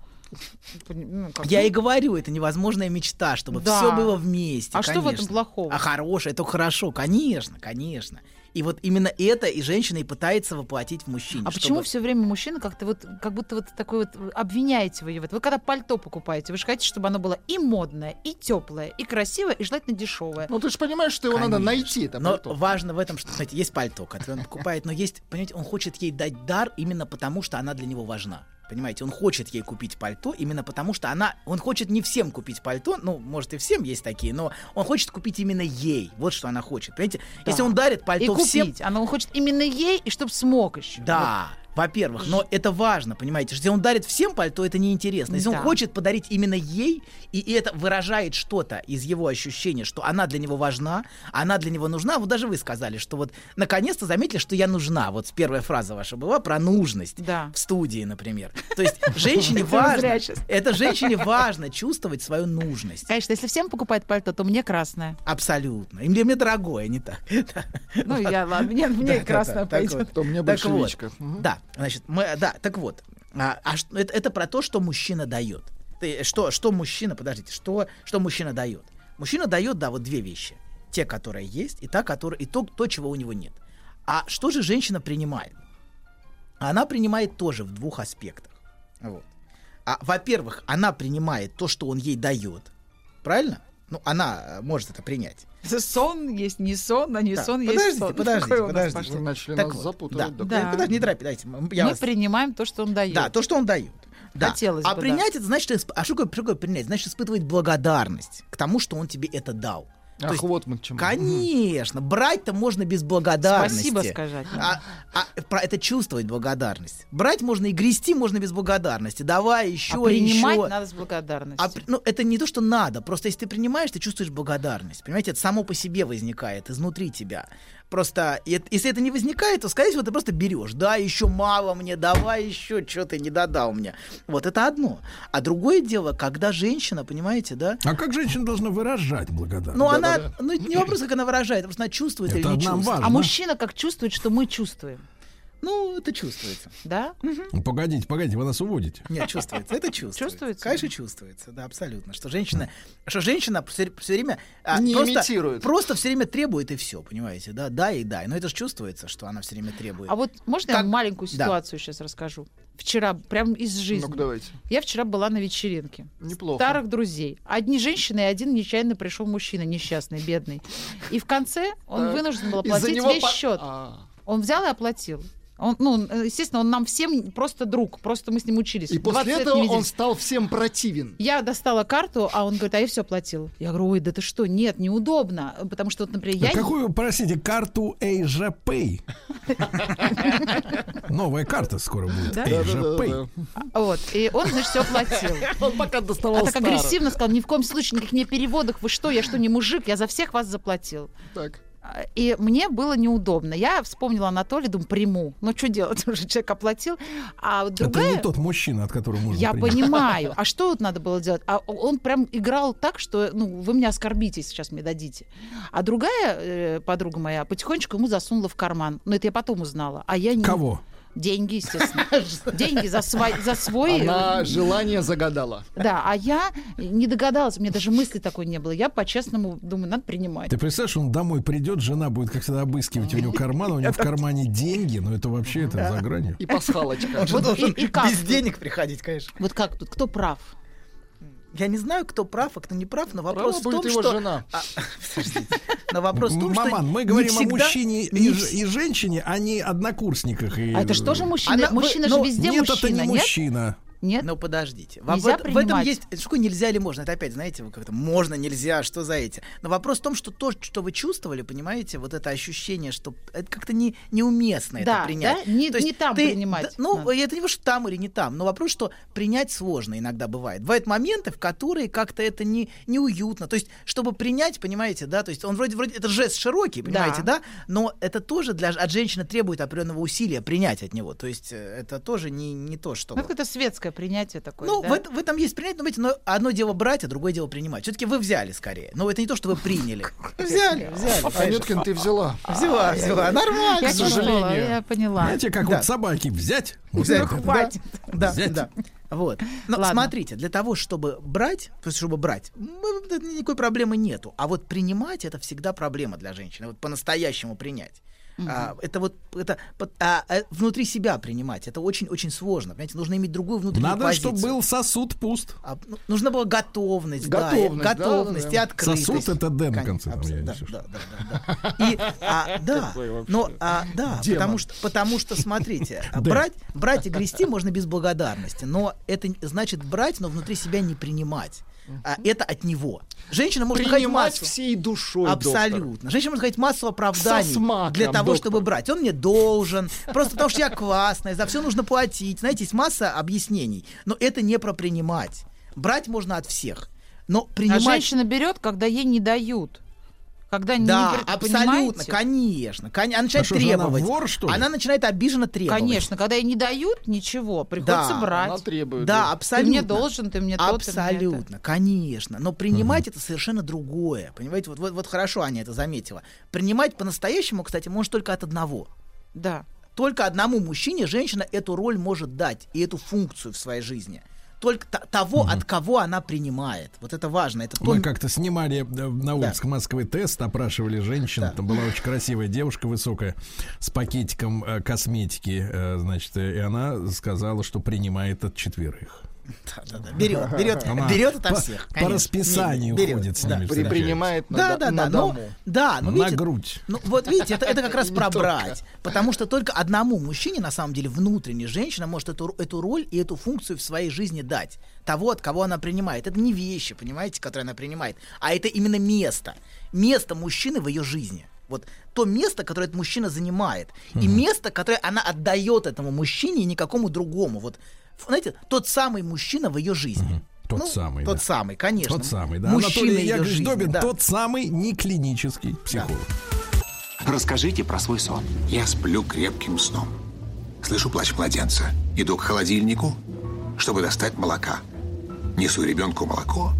Speaker 7: Ну, как-
Speaker 6: Я и говорю, это невозможная мечта, чтобы
Speaker 7: Да.
Speaker 6: все было вместе.
Speaker 7: А что в этом
Speaker 6: конечно.
Speaker 7: плохого?
Speaker 6: А хорошее, это хорошо, конечно, конечно. И вот именно это и женщина и пытается воплотить в мужчине.
Speaker 7: А
Speaker 6: чтобы-
Speaker 7: почему все время мужчина как-то вот, как будто вот такой вот обвиняете вы его? Вы когда пальто покупаете, вы же хотите, чтобы оно было и модное, и теплое, и красивое, и желательно дешевое.
Speaker 8: Ну, ты же понимаешь, что его надо
Speaker 6: Конечно.
Speaker 8: найти, это
Speaker 6: Но
Speaker 8: пальто.
Speaker 6: важно в этом, что, знаете, есть пальто, которое он покупает, но есть, понимаете, он хочет ей дать дар именно потому, что она для него важна. Понимаете, он хочет ей купить пальто именно потому, что она... Он хочет не всем купить пальто, ну, может, и всем есть такие, но он хочет купить именно ей. Вот что она хочет, понимаете?
Speaker 7: Да.
Speaker 6: Если он дарит пальто
Speaker 7: и купить.
Speaker 6: всем,
Speaker 7: Она хочет именно ей, и чтобы смог еще.
Speaker 6: Да, во-первых, но это важно, понимаете, что если он дарит всем пальто, это неинтересно. Если
Speaker 7: Да.
Speaker 6: он хочет подарить именно ей, и, и это выражает что-то из его ощущения, что она для него важна, она для него нужна. Вот даже вы сказали, что вот наконец-то заметили, что я нужна. Вот первая фраза ваша была про нужность
Speaker 7: Да.
Speaker 6: в студии, например. То есть женщине важно, это женщине важно чувствовать свою нужность.
Speaker 7: Конечно, если всем покупает пальто, то мне красное.
Speaker 6: *laughs* Абсолютно. И мне, мне дорогое, а не так.
Speaker 7: Ну, я, ладно, мне, мне
Speaker 6: Да-да-да,
Speaker 7: красное
Speaker 6: так
Speaker 7: пойдет.
Speaker 6: вот.
Speaker 8: То мне
Speaker 6: Так вот.
Speaker 8: большевичка. Мгм.
Speaker 6: Да, значит, мы, да, так вот. А, а что- это, это про то, что мужчина дает. Ты- что, что мужчина, подождите, что, что мужчина дает? Мужчина дает, да, вот две вещи. Те, которые есть, и, та, которая, и то, то, чего у него нет. А что же женщина принимает? Она принимает тоже в двух аспектах. Вот. А, во-первых, она принимает то, что он ей дает. Правильно? Ну, она э, может это принять.
Speaker 7: Сон есть не сон, а не
Speaker 6: Так,
Speaker 7: сон есть
Speaker 6: подождите,
Speaker 7: сон. Ну,
Speaker 6: подождите,
Speaker 7: Какой у нас
Speaker 6: подождите.
Speaker 7: пошел?
Speaker 8: Вы начали
Speaker 6: Так
Speaker 8: нас
Speaker 6: вот,
Speaker 8: запутывать.
Speaker 6: да.
Speaker 8: да.
Speaker 7: Да.
Speaker 6: Подожди, не торопи, дайте. м, я
Speaker 7: Мы
Speaker 6: вас-
Speaker 7: принимаем то, что он дает.
Speaker 6: Да, то, что он дает. Да.
Speaker 7: Хотелось
Speaker 6: а
Speaker 7: бы, да.
Speaker 6: принять это значит, исп- а что такое, что такое принять? Значит, испытывать благодарность к тому, что он тебе это дал. То
Speaker 8: Ах,
Speaker 6: есть,
Speaker 8: вот мы к чему.
Speaker 6: Конечно, брать-то можно без благодарности.
Speaker 7: Спасибо сказать.
Speaker 6: А, а про это чувствовать благодарность. Брать можно и грести можно без благодарности. Давай еще,
Speaker 7: А принимать
Speaker 6: еще.
Speaker 7: надо с благодарностью.
Speaker 6: А при- ну, это не то, что надо. Просто если ты принимаешь, ты чувствуешь благодарность. Понимаете, это само по себе возникает изнутри тебя. Просто, и это- если это не возникает, то, скорее всего, ты просто берешь. Да, еще мало мне, давай еще, что ты не додал мне. Вот это одно. А другое дело, когда женщина, понимаете, да?
Speaker 5: А как женщина должна выражать благодарность?
Speaker 6: Ну, она, ну, это не вопрос, как она выражает, просто она чувствует
Speaker 5: Это
Speaker 6: или не
Speaker 5: нам
Speaker 6: чувствует.
Speaker 5: важно.
Speaker 7: А мужчина как чувствует, что мы чувствуем?
Speaker 6: Ну, это чувствуется.
Speaker 7: Да?
Speaker 5: Ну, Погодите, погодите, вы нас уводите.
Speaker 6: Нет, чувствуется. Это чувствуется.
Speaker 7: Чувствуется?
Speaker 6: Конечно, чувствуется. Да, абсолютно. Что женщина, что женщина все, время а,
Speaker 8: Не
Speaker 6: просто,
Speaker 8: имитирует.
Speaker 6: просто все время требует и все, понимаете? Да, да и да. Но это же чувствуется, что она все время требует.
Speaker 7: А вот можно я
Speaker 6: Как-
Speaker 7: вам маленькую
Speaker 6: Да.
Speaker 7: ситуацию сейчас расскажу? Вчера, прям из жизни.
Speaker 8: Ну-ка давайте.
Speaker 7: Я вчера была на вечеринке.
Speaker 8: Неплохо.
Speaker 7: Старых друзей. Одни женщины и один нечаянно пришел мужчина, несчастный, бедный. И в конце он
Speaker 8: Так.
Speaker 7: вынужден был
Speaker 8: Из-за
Speaker 7: оплатить
Speaker 8: него
Speaker 7: весь
Speaker 8: по-
Speaker 7: счет.
Speaker 8: А.
Speaker 7: Он взял и оплатил. Он, ну, он, э, естественно, он нам всем просто друг, просто мы с ним учились.
Speaker 8: И
Speaker 7: 20
Speaker 8: после
Speaker 7: лет не
Speaker 8: этого он
Speaker 7: виделись.
Speaker 8: стал всем противен.
Speaker 7: Я достала карту, а он говорит, а я все оплатил. Я говорю, ой, да ты что, нет, неудобно. Потому что, вот, например, я...
Speaker 5: Ну, Какую, простите, карту Asia
Speaker 7: *laughs*
Speaker 5: Pay? Новая карта скоро будет.
Speaker 7: Да?
Speaker 5: Asia Pay.
Speaker 8: Да-да-да-да.
Speaker 7: Вот, и он, значит, все оплатил.
Speaker 8: Он пока доставал
Speaker 7: А так
Speaker 8: старых.
Speaker 7: агрессивно сказал, ни в коем случае, никаких мне переводах, вы что, я что, не мужик, я за всех вас заплатил.
Speaker 8: Так.
Speaker 7: А, И мне было неудобно. Я вспомнила Анатолия, думаю, приму. Ну, что делать, *laughs* уже человек оплатил. А вот
Speaker 5: Это не
Speaker 7: другая...
Speaker 5: тот мужчина, от которого можно
Speaker 7: Я
Speaker 5: принять. *laughs*
Speaker 7: понимаю. А что вот надо было делать? А он прям играл так, что ну, вы меня оскорбите, если сейчас мне дадите. А другая э, подруга моя потихонечку ему засунула в карман. Но это я потом узнала. А я не...
Speaker 5: Кого?
Speaker 7: Деньги, естественно.
Speaker 5: *laughs*
Speaker 7: Деньги за, свой- за свой... э,
Speaker 8: Она желание загадала.
Speaker 7: Да, а я не догадалась, у меня даже мысли такой не было. Я по-честному думаю, надо принимать.
Speaker 5: Ты представляешь, он домой придет, жена будет как всегда обыскивать у него карман, у него в кармане деньги, но это вообще это за гранью.
Speaker 8: И пасхалочка.
Speaker 6: Он же
Speaker 7: Вот
Speaker 6: *laughs* должен
Speaker 7: и- и
Speaker 6: *laughs*
Speaker 7: как
Speaker 6: без
Speaker 7: бы.
Speaker 6: денег приходить, конечно.
Speaker 7: Вот как тут, кто прав?
Speaker 6: Я не знаю, кто прав, а кто не прав, но
Speaker 8: Права
Speaker 6: вопрос в
Speaker 8: будет
Speaker 6: том,
Speaker 8: его
Speaker 6: что...
Speaker 8: жена.
Speaker 6: А, подождите. Но вопрос в том, что...
Speaker 5: Маман, мы
Speaker 6: не
Speaker 5: говорим
Speaker 6: всегда-
Speaker 5: о мужчине и,
Speaker 6: не
Speaker 5: ж- и женщине, а не однокурсниках. И...
Speaker 7: А это же тоже мужчина.
Speaker 6: Она- вы-
Speaker 7: мужчина же
Speaker 6: ну,
Speaker 7: везде
Speaker 5: Нет,
Speaker 7: мужчина,
Speaker 5: это не
Speaker 7: нет?
Speaker 5: мужчина.
Speaker 7: Нет?
Speaker 6: Но подождите. Во-
Speaker 7: Нельзя
Speaker 6: в, этом- в этом
Speaker 7: принимать.
Speaker 6: есть... это Что нельзя или можно? Это опять, знаете, вы как-то можно, нельзя, что за эти. Но вопрос в том, что то, что вы чувствовали, понимаете, вот это ощущение, что это как-то не, неуместно
Speaker 7: Да,
Speaker 6: это принять.
Speaker 7: да, не-
Speaker 6: То есть
Speaker 7: не там
Speaker 6: ты-
Speaker 7: принимать
Speaker 6: да, ну,
Speaker 7: надо.
Speaker 6: это не то, что там или не там, но вопрос, что принять сложно иногда бывает. Бывают моменты, в которые как-то это не, неуютно. То есть, чтобы принять, понимаете, да, то есть он вроде, вроде это жест широкий, понимаете, да, но это тоже для, от женщины требует определенного усилия принять от него. То есть э, это тоже не, не то, что...
Speaker 7: Ну, это какое-то светское принятие такое.
Speaker 6: Ну,
Speaker 7: да?
Speaker 6: в, это- в этом есть принять, но, знаете, но одно дело брать, а другое дело принимать. Все-таки вы взяли скорее. Но это не то, что вы приняли. Взяли, взяли. конечно.
Speaker 8: Анюткин, А, ты взяла.
Speaker 6: Взяла, взяла. Нормально.
Speaker 7: Я
Speaker 8: к
Speaker 7: чувствовала,
Speaker 8: сожалению.
Speaker 7: я поняла. А
Speaker 5: Знаете, как
Speaker 6: А, Да.
Speaker 5: вот собаки взять? вот
Speaker 6: Взять,
Speaker 5: это,
Speaker 6: да.
Speaker 5: да, *laughs*
Speaker 6: Да,
Speaker 5: Взять.
Speaker 6: да. Вот. Но
Speaker 7: Ладно.
Speaker 6: смотрите, для того, чтобы брать, то есть, чтобы брать, м, да, никакой проблемы нету. А вот принимать это всегда проблема для женщины. Вот по-настоящему принять. А, это вот это под- а, э, внутри себя принимать. Это очень-очень сложно. Понимаете, нужно иметь другую внутреннюю
Speaker 5: Надо,
Speaker 6: позицию.
Speaker 5: чтобы был сосуд пуст.
Speaker 6: А, ну, нужна была готовность,
Speaker 8: Готовность,
Speaker 6: да,
Speaker 8: да,
Speaker 6: и- готовность
Speaker 8: да,
Speaker 6: и
Speaker 8: да.
Speaker 6: открытость.
Speaker 5: Сосуд это Дэн, в
Speaker 6: Кон-
Speaker 5: конце, там,
Speaker 6: абсо-
Speaker 5: я
Speaker 6: да,
Speaker 5: еще
Speaker 6: да, да, да, да. И, а, да, но, а, да,
Speaker 8: Демон.
Speaker 6: потому что, потому что,
Speaker 5: *laughs*
Speaker 6: смотрите, а,
Speaker 5: Да.
Speaker 6: брать, брать и грести можно без благодарности, но это не- значит брать, но внутри себя не принимать. А это от него. Женщина может ходить
Speaker 8: Принимать
Speaker 6: массу.
Speaker 8: всей душой,
Speaker 6: Абсолютно. Женщина может сказать массу оправданий
Speaker 8: Со смаком,
Speaker 6: для того,
Speaker 8: доктор.
Speaker 6: чтобы брать. Он мне должен, просто потому что я классная, за все нужно платить. Знаете, есть масса объяснений, но это не про принимать. Брать можно от всех, но
Speaker 7: А
Speaker 6: принимать...
Speaker 7: женщина берет, когда ей не дают. Когда не-
Speaker 6: Да,
Speaker 7: не берет,
Speaker 6: абсолютно,
Speaker 7: понимаете?
Speaker 6: конечно. Кон- Она начинает
Speaker 5: А что же, она
Speaker 6: требовать.
Speaker 5: вор, что ли?
Speaker 6: Она начинает обиженно требовать.
Speaker 7: Конечно, когда ей не дают ничего, приходится
Speaker 6: Да,
Speaker 8: доктор. Она
Speaker 7: брать.
Speaker 8: требует.
Speaker 6: Да,
Speaker 7: Ты
Speaker 6: абсолютно.
Speaker 7: мне должен, ты мне тот, ты мне это.
Speaker 6: Абсолютно, конечно. Но принимать это совершенно другое. Понимаете, вот, вот, вот хорошо Аня это заметила. Принимать по-настоящему, кстати, может только от одного.
Speaker 7: Да.
Speaker 6: Только одному мужчине женщина эту роль может дать и эту функцию в своей жизни. Только т- того, от кого она принимает. Вот это важно. Это то-
Speaker 5: Мы как-то снимали э, на улицах Москвы тест, опрашивали женщин.
Speaker 6: Да.
Speaker 5: Там была очень красивая девушка высокая с пакетиком э, косметики, э, значит, э, и она сказала, что принимает от четверых.
Speaker 6: Да-да-да.
Speaker 5: *laughs*
Speaker 6: берет, берет,
Speaker 5: Она
Speaker 6: берет ото
Speaker 5: по-
Speaker 6: всех.
Speaker 5: по
Speaker 6: конечно.
Speaker 5: расписанию
Speaker 6: Не, берет,
Speaker 5: ходит с
Speaker 6: да.
Speaker 5: ними.
Speaker 8: При- Принимает на,
Speaker 6: Да,
Speaker 8: до-
Speaker 6: да,
Speaker 8: на
Speaker 6: да. Но,
Speaker 8: дому.
Speaker 6: да, ну,
Speaker 5: На
Speaker 6: видите,
Speaker 5: грудь.
Speaker 6: Ну, вот видите,
Speaker 5: *laughs*
Speaker 6: это, это как раз
Speaker 8: Не
Speaker 6: про
Speaker 8: только.
Speaker 6: брать. Потому что только одному мужчине, на самом деле, внутренне женщина может эту, эту роль и эту функцию в своей жизни дать. Того, от кого она принимает. Это не вещи, понимаете, которые она принимает, а это именно место. Место мужчины в ее жизни. Вот то место, которое этот мужчина занимает. И место, которое она отдает этому мужчине и никакому другому. Вот, ф- знаете, тот самый мужчина в ее жизни.
Speaker 5: Тот
Speaker 6: Ну,
Speaker 5: самый,
Speaker 6: Тот
Speaker 5: да.
Speaker 6: самый, конечно.
Speaker 5: Тот самый, да.
Speaker 6: Мужчина
Speaker 5: Анатолий
Speaker 6: её
Speaker 5: Яковлевич
Speaker 6: жизни,
Speaker 5: Добин,
Speaker 6: да.
Speaker 5: тот самый не клинический психолог.
Speaker 3: Расскажите про свой сон. Я сплю крепким сном. Слышу плач младенца. Иду к холодильнику, чтобы достать молока. Несу ребенку молоко,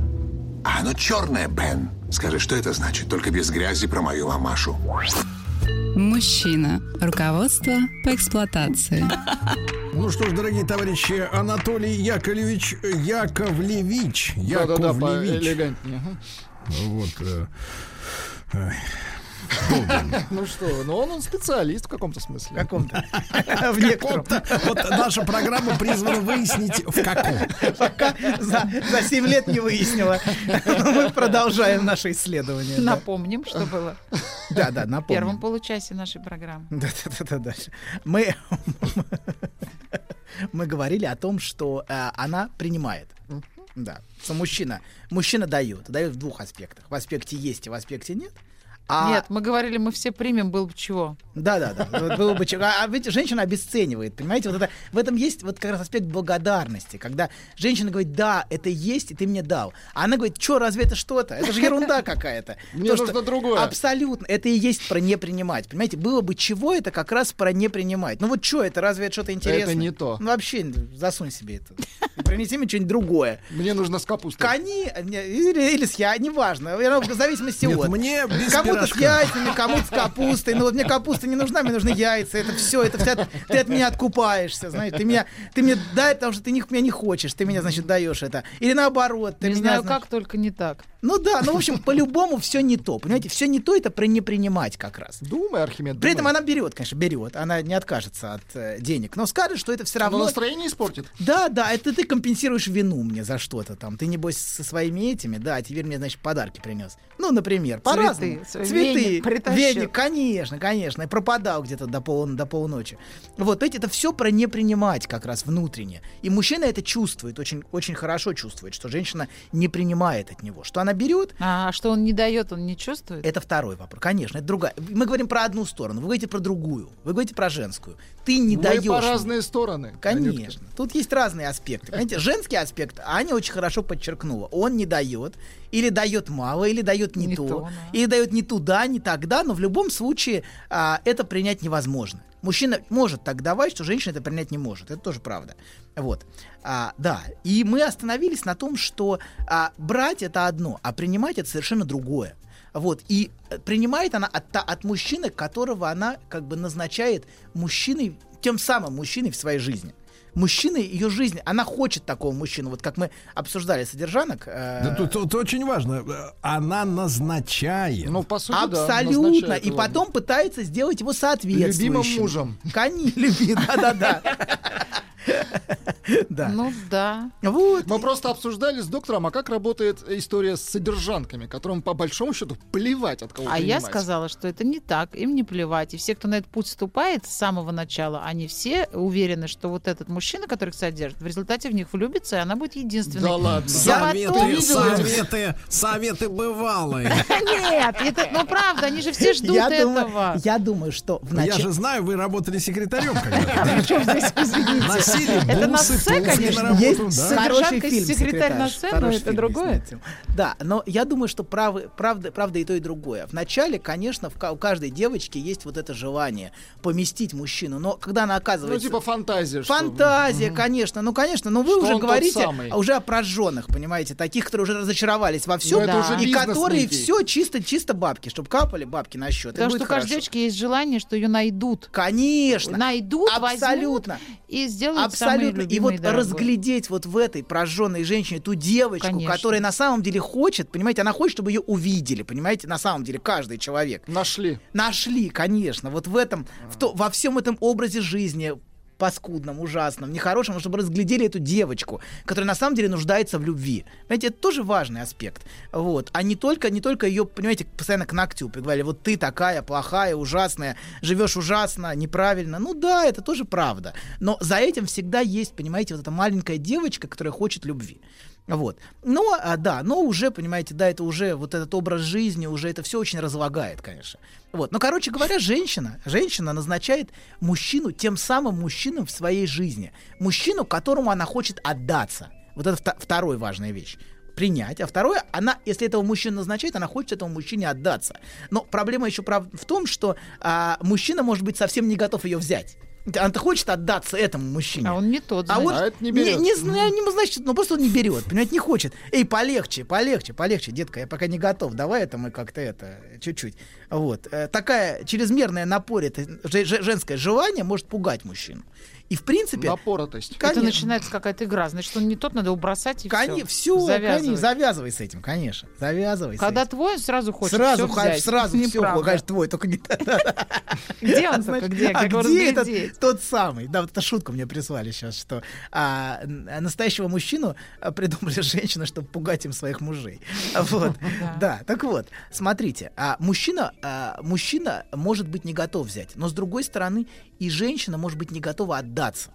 Speaker 3: а оно черное, Бен. Скажи, что это значит? Только без грязи про мою мамашу.
Speaker 4: Мужчина. Руководство по эксплуатации.
Speaker 5: Ну что ж, дорогие товарищи, Анатолий Яковлевич Яковлевич.
Speaker 8: Да-да-да,
Speaker 5: Яковлевич.
Speaker 8: элегантнее.
Speaker 5: Вот. э, э,
Speaker 8: *laughs* Ну что, вы, ну он, он специалист в каком-то смысле.
Speaker 6: В каком-то. *laughs* В некотором.
Speaker 5: *laughs* Вот наша программа призвана выяснить, в каком.
Speaker 6: Пока за, за 7 лет не выяснила. *laughs* Но мы продолжаем наше исследование. да.
Speaker 7: Напомним, что было
Speaker 6: Да, да,
Speaker 7: в
Speaker 6: напомним.
Speaker 7: первом получасе нашей программы.
Speaker 6: Да, да, да, да, да. Мы, *laughs* мы говорили о том, что э, она принимает. Да. Что мужчина. Мужчина дает. Дает в двух аспектах. В аспекте есть и в аспекте нет. А,
Speaker 7: Нет, мы говорили, мы все примем, было бы чего.
Speaker 6: Да, да, да. Вот было бы чего. А, а ведь женщина обесценивает, понимаете? Вот это, в этом есть вот как раз аспект благодарности, когда женщина говорит, да, это есть, и ты мне дал. А она говорит, что, разве это что-то? Это же ерунда какая-то.
Speaker 8: *laughs* Мне
Speaker 6: То, что-
Speaker 8: нужно другое.
Speaker 6: Абсолютно. Это и есть про не принимать. Понимаете, было бы чего, это как раз про не принимать. Ну вот что это, разве это что-то интересное?
Speaker 8: не то.
Speaker 6: Ну вообще, засунь себе это. Принеси мне что-нибудь
Speaker 8: *laughs*
Speaker 6: другое.
Speaker 8: Мне нужно с капустой.
Speaker 6: Кони э, или, или с я, неважно. В зависимости
Speaker 5: Нет,
Speaker 6: от.
Speaker 5: мне без
Speaker 6: Кому-то с
Speaker 5: пирожка.
Speaker 6: яйцами, кому-то с капустой. Ну вот мне капуста не нужна, мне нужны яйца. Это все, это вся, ты от меня откупаешься, знаешь. Ты, меня, ты мне дай, потому что ты не- меня не хочешь. Ты меня, значит, даешь это. Или наоборот. Ты
Speaker 7: не
Speaker 6: меня,
Speaker 7: знаю,
Speaker 6: значит-
Speaker 7: как только не так.
Speaker 6: Ну да, ну в общем, по-любому все не то. Понимаете, все не то это про не принимать как раз.
Speaker 8: Думай, Архимед,
Speaker 6: При этом
Speaker 8: думай.
Speaker 6: она берет, конечно, берет. Она не откажется от э, денег. Но скажет, что это все
Speaker 8: Но
Speaker 6: равно...
Speaker 8: настроение испортит.
Speaker 6: Да, да, это ты компенсируешь вину мне за что-то там. Ты, небось, со своими этими, да, теперь мне, значит, подарки принес. Ну, например, по-разному.
Speaker 7: Цветы, веник притащил.
Speaker 6: Веник, конечно, конечно. И пропадал где-то до, полу- до полуночи. Вот, эти это все про не принимать как раз внутренне. И мужчина это чувствует, очень, очень хорошо чувствует, что женщина не принимает от него. Что она берет,
Speaker 7: А что он не дает, он не чувствует?
Speaker 6: это второй вопрос. Конечно, это другая. Мы говорим про одну сторону, вы говорите про другую, вы говорите про женскую. Ты не
Speaker 8: Мы
Speaker 6: даешь.
Speaker 8: Ну по
Speaker 6: мне.
Speaker 8: разные стороны. Анютка.
Speaker 6: Конечно. Тут есть разные аспекты. Понимаете, женский аспект Аня очень хорошо подчеркнула. Он не дает, или дает мало, или дает не,
Speaker 7: Не
Speaker 6: то,
Speaker 7: то, да.
Speaker 6: или дает не туда, не тогда, но в любом случае а, это принять невозможно. Мужчина может так давать, что женщина это принять не может. Это тоже правда. Вот. А, да. И мы остановились на том, что а, брать это одно, а принимать это совершенно другое. Вот. И э, принимает она от, та- от мужчины, которого она как бы назначает мужчиной, тем самым мужчиной в своей жизни. Мужчина ее жизнь, она хочет такого мужчину, вот как мы обсуждали содержанок. э,
Speaker 5: Да тут, тут очень важно. э, Она назначает.
Speaker 8: Ну, по сути, да,
Speaker 6: Абсолютно.
Speaker 8: назначает
Speaker 6: и
Speaker 8: его.
Speaker 6: потом пытается сделать его соответствующим.
Speaker 8: Любимым мужем.
Speaker 6: Кони, люби, да-да-да. *laughs* Да.
Speaker 7: Ну да.
Speaker 6: Вот.
Speaker 8: Мы просто обсуждали с доктором, а как работает история с содержанками, которым по большому счету плевать от
Speaker 6: Ну,
Speaker 8: кого
Speaker 7: А я
Speaker 8: принимать.
Speaker 7: сказала, что это не так, им не плевать. И все, кто на этот путь вступает с самого начала, они все уверены, что вот этот мужчина, который их содержит, в результате в них влюбится, и она будет единственной.
Speaker 8: Да ладно.
Speaker 7: Я потом-
Speaker 5: советы, советы бывалые.
Speaker 7: Нет, это, ну правда, они же все ждут
Speaker 6: Я
Speaker 7: этого. *laughs*
Speaker 6: думаю, я думаю, что в
Speaker 5: Я же
Speaker 6: *laughs* начале...
Speaker 5: знаю, вы работали секретарем когда-то.
Speaker 7: *laughs* Причём здесь, извините?
Speaker 5: Носили
Speaker 7: Это на
Speaker 5: бусы,
Speaker 7: «С»,
Speaker 5: туфли
Speaker 7: конечно.
Speaker 5: на работу,
Speaker 6: Есть
Speaker 5: да.
Speaker 6: с-
Speaker 7: Содержанка
Speaker 6: хороший
Speaker 7: и
Speaker 6: фильм
Speaker 7: секретарь на
Speaker 6: «Секретарь».
Speaker 7: сцену»
Speaker 6: Хороший
Speaker 7: это
Speaker 6: фильм,
Speaker 7: другое.
Speaker 6: действительно. Да, но я думаю, что правы, правда, правда и то, и другое. Вначале, конечно, в ка- у каждой девочки есть вот это желание поместить мужчину, но когда она
Speaker 8: Ну,
Speaker 6: оказывается...
Speaker 8: типа фантазия. что-
Speaker 6: Фантазия, конечно. Ну, конечно, но вы
Speaker 8: Что он
Speaker 6: уже
Speaker 8: тот
Speaker 6: говорите
Speaker 8: самый.
Speaker 6: а уже о прожженных, понимаете, таких, которые уже разочаровались во всем,
Speaker 8: Ну, это
Speaker 7: Да.
Speaker 8: уже
Speaker 6: и
Speaker 8: бизнес
Speaker 6: которые
Speaker 8: некий.
Speaker 6: все чисто-чисто бабки, чтобы капали бабки на счет.
Speaker 7: Потому что у каждой девочки есть желание, что ее найдут.
Speaker 6: Конечно.
Speaker 7: Найдут,
Speaker 6: Абсолютно.
Speaker 7: возьмут и сделают самой
Speaker 6: Абсолютно.
Speaker 7: любимой
Speaker 6: И вот
Speaker 7: и дорогой.
Speaker 6: разглядеть вот в этой прожженной женщине ту девочку,
Speaker 7: Конечно.
Speaker 6: которая на самом деле хочет, понимаете, она хочет, чтобы ее увидели, понимаете, на самом деле каждый человек.
Speaker 8: Нашли.
Speaker 6: Нашли, конечно, вот в этом, в то, во всем этом образе жизни паскудном, ужасном, нехорошем, но чтобы разглядели эту девочку, которая на самом деле нуждается в любви. Понимаете, это тоже важный аспект. Вот. А не только, не только ее, понимаете, постоянно к ногтю приговорили, вот ты такая плохая, ужасная, живешь ужасно, неправильно. Ну да, это тоже правда. Но за этим всегда есть, понимаете, вот эта маленькая девочка, которая хочет любви. Вот. Но, а, да, но уже, понимаете, да, это уже вот этот образ жизни, уже это все очень разлагает, конечно. Вот. Но, короче говоря, женщина, женщина назначает мужчину тем самым мужчинам в своей жизни. Мужчину, которому она хочет отдаться. Вот это вто- второй важная вещь принять, а второе, она, если этого мужчину назначает, она хочет этому мужчине отдаться. Но проблема еще прав- в том, что а, мужчина может быть совсем не готов ее взять. Она хочет отдаться этому мужчине.
Speaker 7: А он не тот,
Speaker 6: А
Speaker 7: значит.
Speaker 6: вот
Speaker 8: А это не
Speaker 6: не,
Speaker 8: берет.
Speaker 6: не зна- не значит, ну просто он не берет, понимаете, не хочет. Эй, полегче, полегче, полегче, детка, я пока не готов. Давай это мы как-то это чуть-чуть. Вот Э, такая чрезмерная напоре, женское желание может пугать мужчину. И в принципе,
Speaker 8: Напоротость.
Speaker 7: Это
Speaker 6: конечно,
Speaker 7: начинается какая-то игра. Значит, он не тот, надо его бросать и
Speaker 6: кони-
Speaker 7: все.
Speaker 6: всё, кони- завязывай с этим, конечно, завязывай. с
Speaker 7: Когда
Speaker 6: этим.
Speaker 7: твой, сразу хочешь
Speaker 6: сразу,
Speaker 7: всё
Speaker 6: ха-
Speaker 7: взять.
Speaker 6: сразу все,
Speaker 7: *laughs* Неправда.
Speaker 6: твой, только не
Speaker 7: Где он
Speaker 6: Знаешь,
Speaker 7: только, где?
Speaker 6: а
Speaker 7: Как его
Speaker 6: где этот
Speaker 7: разглядеть?
Speaker 6: тот самый? Да, вот эта шутку мне прислали сейчас, что а, н- а настоящего мужчину а, придумали *laughs* женщины, чтобы пугать им своих
Speaker 7: *laughs*
Speaker 6: мужей. А, Вот, да. Так вот, смотрите, а мужчина, а, мужчина может быть не готов взять, но с другой стороны и женщина может быть не готова отдаться.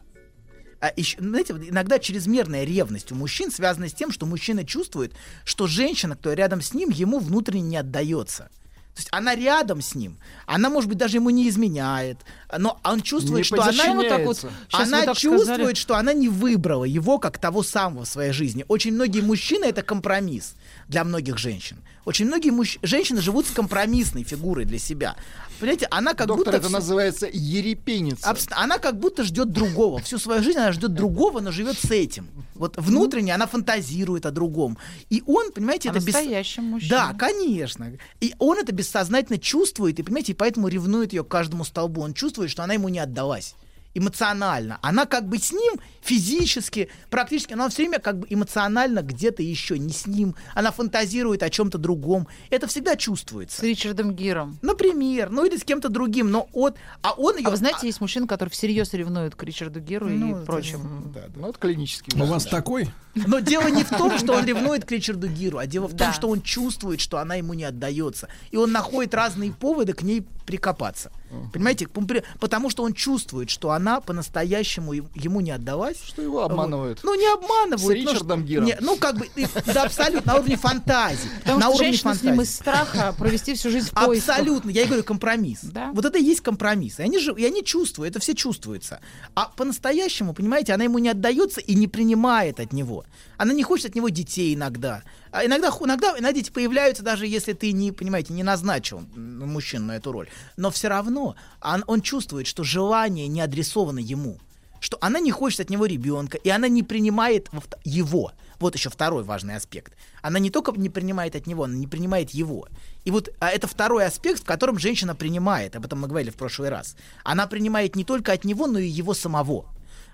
Speaker 6: А ещё, знаете, вот иногда чрезмерная ревность у мужчин связана с тем, что мужчина чувствует, что женщина, кто рядом с ним, ему внутренне не отдается. То есть она рядом с ним, она, может быть, даже ему не изменяет, но он чувствует,
Speaker 8: Не
Speaker 6: что она
Speaker 7: Зачем
Speaker 6: ему
Speaker 7: вот так вот?
Speaker 8: Подчиняется.
Speaker 7: Щас вы
Speaker 6: она
Speaker 7: так
Speaker 6: чувствует,
Speaker 7: сказали.
Speaker 6: что она не выбрала его как того самого в своей жизни. Очень многие мужчины это компромисс для многих женщин. Очень многие мужч- женщины живут с компромиссной фигурой для себя. Понимаете, она как
Speaker 8: Доктор,
Speaker 6: будто
Speaker 8: это
Speaker 6: всё-
Speaker 8: называется ерепеница.
Speaker 6: Абс- Она как будто ждет другого. Всю свою жизнь она ждет другого, но живет с этим. Вот внутренне она фантазирует о другом. И он, понимаете,
Speaker 7: О
Speaker 6: это бес-
Speaker 7: настоящем мужчине.
Speaker 6: Да, конечно. И он это бессознательно чувствует, и понимаете, и поэтому ревнует ее к каждому столбу. Он чувствует, что она ему не отдалась эмоционально. Она как бы с ним физически, практически, но она все время как бы эмоционально где-то еще не с ним. Она фантазирует о чем-то другом. Это всегда
Speaker 7: С
Speaker 6: чувствуется.
Speaker 7: Ричардом Гиром.
Speaker 6: Например, ну или с кем-то другим, но от, а он ее...
Speaker 7: А вы знаете, есть мужчины, которые всерьез ревнуют к Ричарду Гиру Ну и прочим.
Speaker 8: Ну, это клинический.
Speaker 5: У
Speaker 8: уже.
Speaker 5: вас такой?
Speaker 6: Ну, Но дело не в том, что он ревнует к Ричарду Гиру, а дело в
Speaker 7: Да.
Speaker 6: том, что он чувствует, что она ему не отдается. И он находит разные поводы к ней прикопаться. Понимаете? Пом- при- Потому что он чувствует, что она по-настоящему им- ему не отдалась.
Speaker 8: Что его обманывают.
Speaker 6: Вот. Ну, не обманывают.
Speaker 8: С
Speaker 6: ну,
Speaker 8: Ричардом
Speaker 6: что-
Speaker 8: Гиром.
Speaker 6: не- ну, как бы, и- да, абсолютно, на уровне фантазии.
Speaker 7: Потому
Speaker 6: на
Speaker 7: что
Speaker 6: уровне
Speaker 7: женщина с ним
Speaker 6: фантазии.
Speaker 7: из страха провести
Speaker 6: *laughs*
Speaker 7: всю жизнь в поисках.
Speaker 6: Абсолютно, я и говорю, компромисс.
Speaker 7: Да.
Speaker 6: Вот это и есть компромисс. И они, же, и они чувствуют, это все чувствуется. А по-настоящему, понимаете, она ему не отдается и не принимает от него. Она не хочет от него детей иногда. А иногда, ху- иногда, иногда дети появляются, даже если ты не, понимаете, не назначил м, мужчину на эту роль. Но все равно он, он чувствует, что желание не адресовано ему что она не хочет от него ребенка, и она не принимает во вт- его. Вот еще второй важный аспект. Она не только не принимает от него, она не принимает его. И вот а это второй аспект, в котором женщина принимает, об этом мы говорили в прошлый раз. Она принимает не только от него, но и его самого.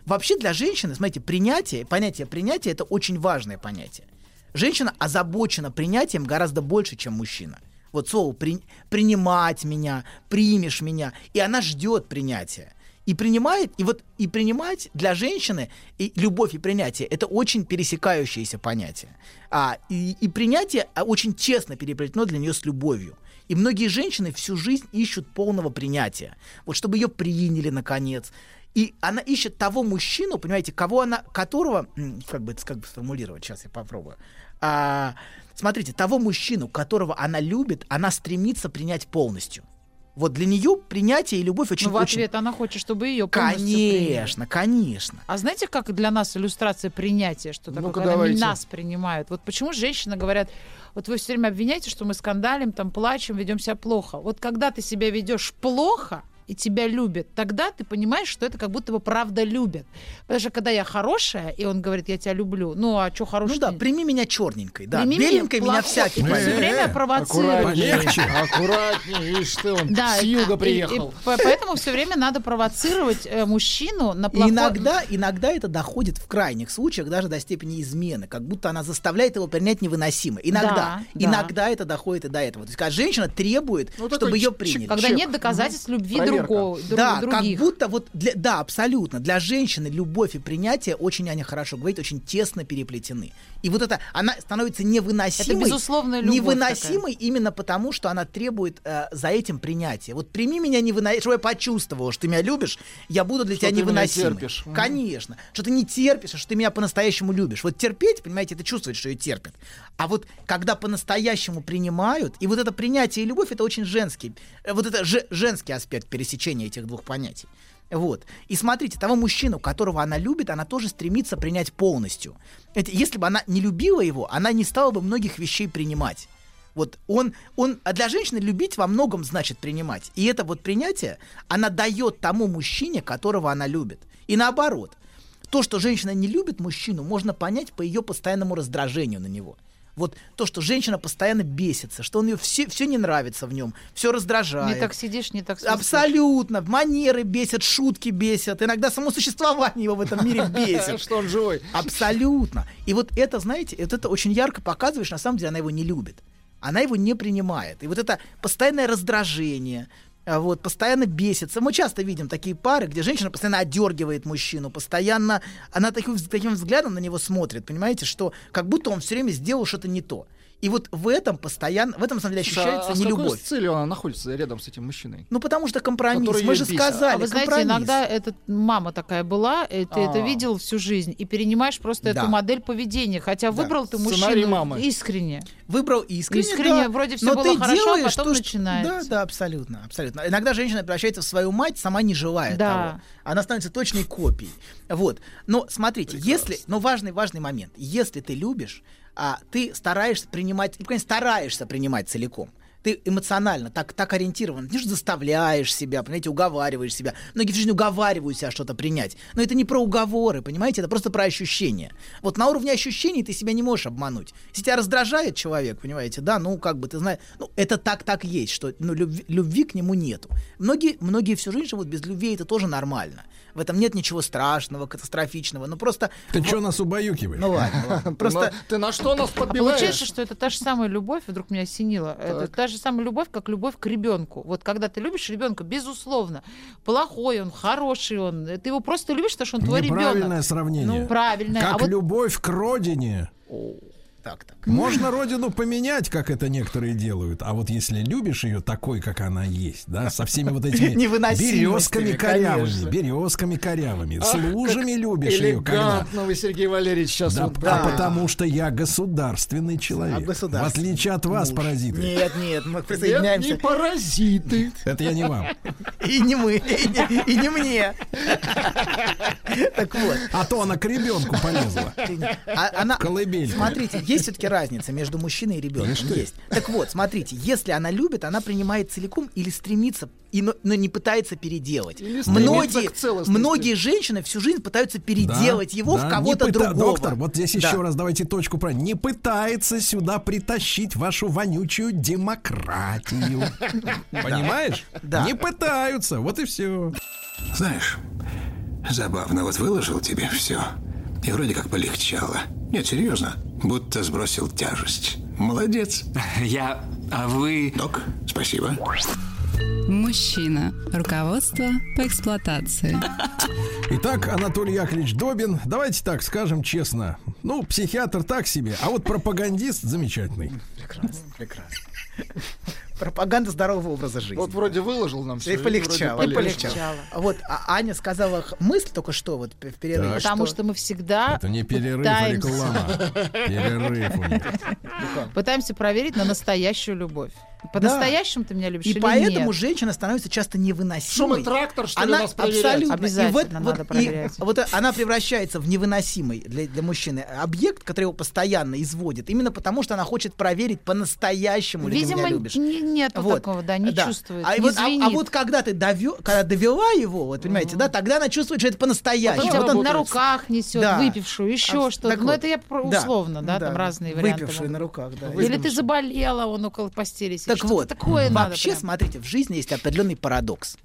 Speaker 6: Вообще для женщины, смотрите, принятие, понятие принятия это очень важное понятие. Женщина озабочена принятием гораздо больше, чем мужчина. Вот слово «при- принимать меня, примешь меня, и она ждет принятия. И принимает, и вот и принимать для женщины и любовь и принятие это очень пересекающиеся понятия. А, и, и принятие а, очень честно переплетено для нее с любовью. И многие женщины всю жизнь ищут полного принятия. Вот чтобы ее приняли наконец. И она ищет того мужчину, понимаете, кого она, которого, м, как бы, это- как бы сформулировать, сейчас я попробую. А, смотрите, того мужчину, которого она любит, она стремится принять полностью. Вот для нее принятие и любовь очень,
Speaker 7: Но Ну, в
Speaker 6: очень
Speaker 7: ответ она хочет, чтобы ее полностью приняли.
Speaker 6: Конечно, конечно.
Speaker 7: А знаете, как для нас иллюстрация принятия, что такое,
Speaker 8: Ну-ка,
Speaker 7: когда они
Speaker 8: давайте.
Speaker 7: нас принимают? Вот почему женщины говорят, вот вы все время обвиняете, что мы скандалим, там плачем, ведем себя плохо. Вот когда ты себя ведешь плохо, и тебя любят, тогда ты понимаешь, что это как будто бы правда любят. Потому что когда я хорошая, и он говорит, я тебя люблю, ну а что хорошего?
Speaker 6: Ну да, прими меня черненькой, да.
Speaker 7: Прими
Speaker 6: Беленькой меня
Speaker 7: плохой,
Speaker 6: всякий.
Speaker 7: и ты все
Speaker 5: Э-э-э,
Speaker 7: время провоцируешь.
Speaker 8: Аккуратнее, аккуратнее, ишь ты, он
Speaker 7: Да,
Speaker 8: с
Speaker 7: и-
Speaker 8: юга
Speaker 7: и-
Speaker 8: приехал.
Speaker 7: и по- поэтому все время надо провоцировать э, мужчину на
Speaker 6: И
Speaker 7: плохое.
Speaker 6: иногда, иногда это доходит в крайних случаях даже до степени измены, как будто она заставляет его принять невыносимо. Иногда,
Speaker 7: Да, да.
Speaker 6: иногда это доходит и до этого. То есть, когда женщина требует,
Speaker 8: Ну, такой
Speaker 6: чтобы ее
Speaker 8: чик-
Speaker 6: приняли.
Speaker 7: Когда
Speaker 8: Чек.
Speaker 7: нет доказательств любви
Speaker 8: Проверка.
Speaker 7: другого, друг-
Speaker 6: да,
Speaker 7: других.
Speaker 6: как будто вот для, да, абсолютно. Для женщины любовь и принятие очень они хорошо говорит, очень тесно переплетены. И вот это она становится невыносимой.
Speaker 7: Это безусловная любовь
Speaker 6: Невыносимой именно потому, что она требует э, за этим принятия. Вот прими меня невыносимо, чтобы я почувствовала, что ты меня любишь, я буду для
Speaker 8: Что
Speaker 6: тебя
Speaker 8: ты меня
Speaker 6: невыносимой.
Speaker 8: терпишь. Мгм.
Speaker 6: Конечно, что ты не терпишь, а что ты меня по-настоящему любишь. Вот терпеть, понимаете, это чувствует, что ее терпит. А вот когда по-настоящему принимают, и вот это принятие и любовь, это очень женский, э, вот это же- женский аспект пересечения этих двух понятий. Вот. И смотрите, того мужчину, которого она любит, она тоже стремится принять полностью. Это, если бы она не любила его, она не стала бы многих вещей принимать. Вот он, он, а для женщины любить во многом значит принимать. И это вот принятие, она дает тому мужчине, которого она любит. И наоборот, то, что женщина не любит мужчину, можно понять по ее постоянному раздражению на него. Вот то, что женщина постоянно бесится, что он ее все, все не нравится в нем, все раздражает.
Speaker 7: Не так сидишь, не так свистишь.
Speaker 6: Абсолютно. Манеры бесят, шутки бесят. Иногда само существование его в этом
Speaker 7: *laughs*
Speaker 6: мире бесит.
Speaker 8: *laughs* Что он живой.
Speaker 6: Абсолютно. И вот это, знаете, вот это очень ярко показываешь, на самом деле она его не любит. Она его не принимает. И вот это постоянное раздражение, а, вот, постоянно бесится. Мы часто видим такие пары, где женщина постоянно одергивает мужчину, постоянно она таким, вз- таким взглядом на него смотрит, понимаете, что как будто он все время сделал что-то не то. И вот в этом постоянно, в этом, на самом деле,
Speaker 8: Слушай, а
Speaker 6: ощущается
Speaker 8: с какой
Speaker 6: нелюбовь.
Speaker 8: целью она находится рядом с этим мужчиной? *laughs*
Speaker 6: Ну, потому что компромисс.
Speaker 8: Который
Speaker 6: Мы
Speaker 8: её
Speaker 6: же
Speaker 8: бесит.
Speaker 6: сказали,
Speaker 7: А вы знаете,
Speaker 6: компромисс.
Speaker 7: иногда эта мама такая была, и ты это
Speaker 8: А.
Speaker 7: видел всю жизнь, и перенимаешь просто
Speaker 6: Да.
Speaker 7: эту модель поведения. Хотя выбрал ты
Speaker 8: Сценарий
Speaker 7: мужчину
Speaker 8: мамы.
Speaker 7: искренне.
Speaker 6: Выбрал искренне.
Speaker 7: Искренне,
Speaker 6: да.
Speaker 7: вроде всё
Speaker 6: Но
Speaker 7: было
Speaker 6: ты
Speaker 7: хорошо, а
Speaker 6: делаешь
Speaker 7: потом
Speaker 6: то, что-
Speaker 7: начинается.
Speaker 6: Да, да, абсолютно, абсолютно. Иногда женщина превращается в свою мать, сама не желая
Speaker 7: Да.
Speaker 6: того. Она становится точной копией. Вот. Но смотрите, если, но важный важный момент. Если ты любишь, а ты стараешься принимать, и, конечно, стараешься принимать целиком. Ты эмоционально так, так ориентирован. Ты же заставляешь себя, понимаете, уговариваешь себя. Многие в жизни уговаривают себя что-то принять. Но это не про уговоры, понимаете, это просто про ощущения. Вот на уровне ощущений ты себя не можешь обмануть. Если тебя раздражает человек, понимаете, да, ну как бы ты знаешь, ну это так так есть, что ну, любви, любви к нему нету. Многие, многие всю жизнь живут без любви, и это тоже нормально. В этом нет ничего страшного, катастрофичного. Ну просто...
Speaker 5: Ты что нас убаюкиваешь?
Speaker 6: Ну ладно,
Speaker 8: *laughs*
Speaker 6: ладно.
Speaker 8: Просто
Speaker 6: Просто
Speaker 8: ты на что нас
Speaker 7: А
Speaker 8: подбиваешь?
Speaker 7: получается, что это та же самая любовь, вдруг меня осенило. Это
Speaker 8: Так.
Speaker 7: та же самая любовь, как любовь к ребенку. Вот когда ты любишь ребенка, безусловно, плохой он, хороший он, ты его просто любишь, потому что он твой
Speaker 5: Неправильное
Speaker 7: ребенок.
Speaker 5: сравнение.
Speaker 7: Ну, правильное.
Speaker 5: Как
Speaker 7: А вот-
Speaker 5: любовь к родине.
Speaker 6: так, так.
Speaker 5: Можно родину поменять, как это некоторые делают, а вот если любишь ее такой, как она есть, да, со всеми вот этими
Speaker 6: *laughs* Невыносимостями,
Speaker 5: березками корявыми,
Speaker 6: конечно.
Speaker 5: березками корявыми, с лужами любишь ее, когда.
Speaker 8: Элегантно вы, Сергей Валерьевич, сейчас
Speaker 5: Да,
Speaker 8: вот...
Speaker 5: а потому что я государственный человек.
Speaker 6: А государственный
Speaker 5: в отличие от вас,
Speaker 6: муж.
Speaker 5: паразиты.
Speaker 6: Нет, нет, мы
Speaker 8: Нет, не
Speaker 6: присоединяемся.
Speaker 8: паразиты.
Speaker 5: Это я не вам.
Speaker 6: И не мы, и не, и не мне. Так вот.
Speaker 5: А то она к ребенку полезла.
Speaker 6: А- она,
Speaker 5: Колыбель.
Speaker 6: Смотрите, есть все-таки разница между мужчиной и ребенком. Есть. Так вот, смотрите, если она любит, она принимает целиком или стремится, и, но, но не пытается переделать.
Speaker 8: Или стремится
Speaker 6: Многие,
Speaker 8: к целостности.
Speaker 6: многие женщины всю жизнь пытаются переделать
Speaker 5: Да,
Speaker 6: его
Speaker 5: да,
Speaker 6: в
Speaker 5: не
Speaker 6: кого-то
Speaker 5: пыта-
Speaker 6: другого.
Speaker 5: Доктор, вот здесь еще
Speaker 6: Да.
Speaker 5: раз давайте точку про. Не пытается сюда притащить вашу вонючую
Speaker 6: *laughs*
Speaker 5: демократию. Понимаешь?
Speaker 6: Да.
Speaker 5: Не пытаются, вот и все.
Speaker 3: Знаешь, забавно, вот выложил тебе все. И вроде как полегчало. Нет, серьезно. Будто сбросил тяжесть. Молодец.
Speaker 2: Я... А вы...
Speaker 3: Док, спасибо.
Speaker 4: Мужчина. Руководство по эксплуатации.
Speaker 5: Итак, Анатолий Яковлевич Добин, давайте так скажем честно. Ну, психиатр так себе, а вот пропагандист замечательный.
Speaker 6: Прекрасно, прекрасно. Пропаганда здорового образа жизни.
Speaker 8: Вот вроде выложил нам все.
Speaker 6: И полегчало, и полегчало.
Speaker 7: полегчало.
Speaker 6: Вот, а Аня сказала х- мысль только что вот п- в перерыве.
Speaker 5: Так.
Speaker 7: Потому что мы всегда
Speaker 5: Это не перерыв, а
Speaker 7: пытаемся-
Speaker 5: реклама. Перерыв у них.
Speaker 7: *laughs* пытаемся проверить на настоящую любовь. По-настоящему ты меня любишь
Speaker 6: И
Speaker 7: или
Speaker 6: поэтому
Speaker 7: нет?
Speaker 6: женщина становится часто невыносимой.
Speaker 8: Шум и трактор, что ли,
Speaker 6: она
Speaker 8: нас проверяет?
Speaker 6: абсолютно.
Speaker 7: Обязательно
Speaker 6: и вот,
Speaker 7: надо
Speaker 6: вот- и
Speaker 7: проверять.
Speaker 6: вот она превращается в невыносимый для, для мужчины объект, который его постоянно изводит, именно потому что она хочет проверить по-настоящему ли ты
Speaker 7: Видимо,
Speaker 6: меня любишь.
Speaker 7: не- нет вот такого, да, не
Speaker 6: да.
Speaker 7: чувствует,
Speaker 6: А,
Speaker 7: не
Speaker 6: вот, а- а
Speaker 7: звенит.
Speaker 6: вот когда ты довё- когда довела его, вот понимаете, да, тогда она чувствует, что это
Speaker 7: Потом
Speaker 6: по-настоящему.
Speaker 7: тебя
Speaker 6: Вот он-
Speaker 7: Ну, на руках несет,
Speaker 6: Да.
Speaker 7: выпившую, еще
Speaker 6: Абс-
Speaker 7: что-то.
Speaker 6: так
Speaker 7: Но
Speaker 6: вот.
Speaker 7: это я про-
Speaker 6: Да.
Speaker 7: условно, да, там разные варианты.
Speaker 6: Выпившие
Speaker 7: могут
Speaker 6: на руках, да.
Speaker 7: Или ты заболела, он около постели сидит.
Speaker 6: Так
Speaker 7: Что-то
Speaker 6: вот,
Speaker 7: такое надо
Speaker 6: вообще,
Speaker 7: прям.
Speaker 6: смотрите, в жизни есть определенный парадокс.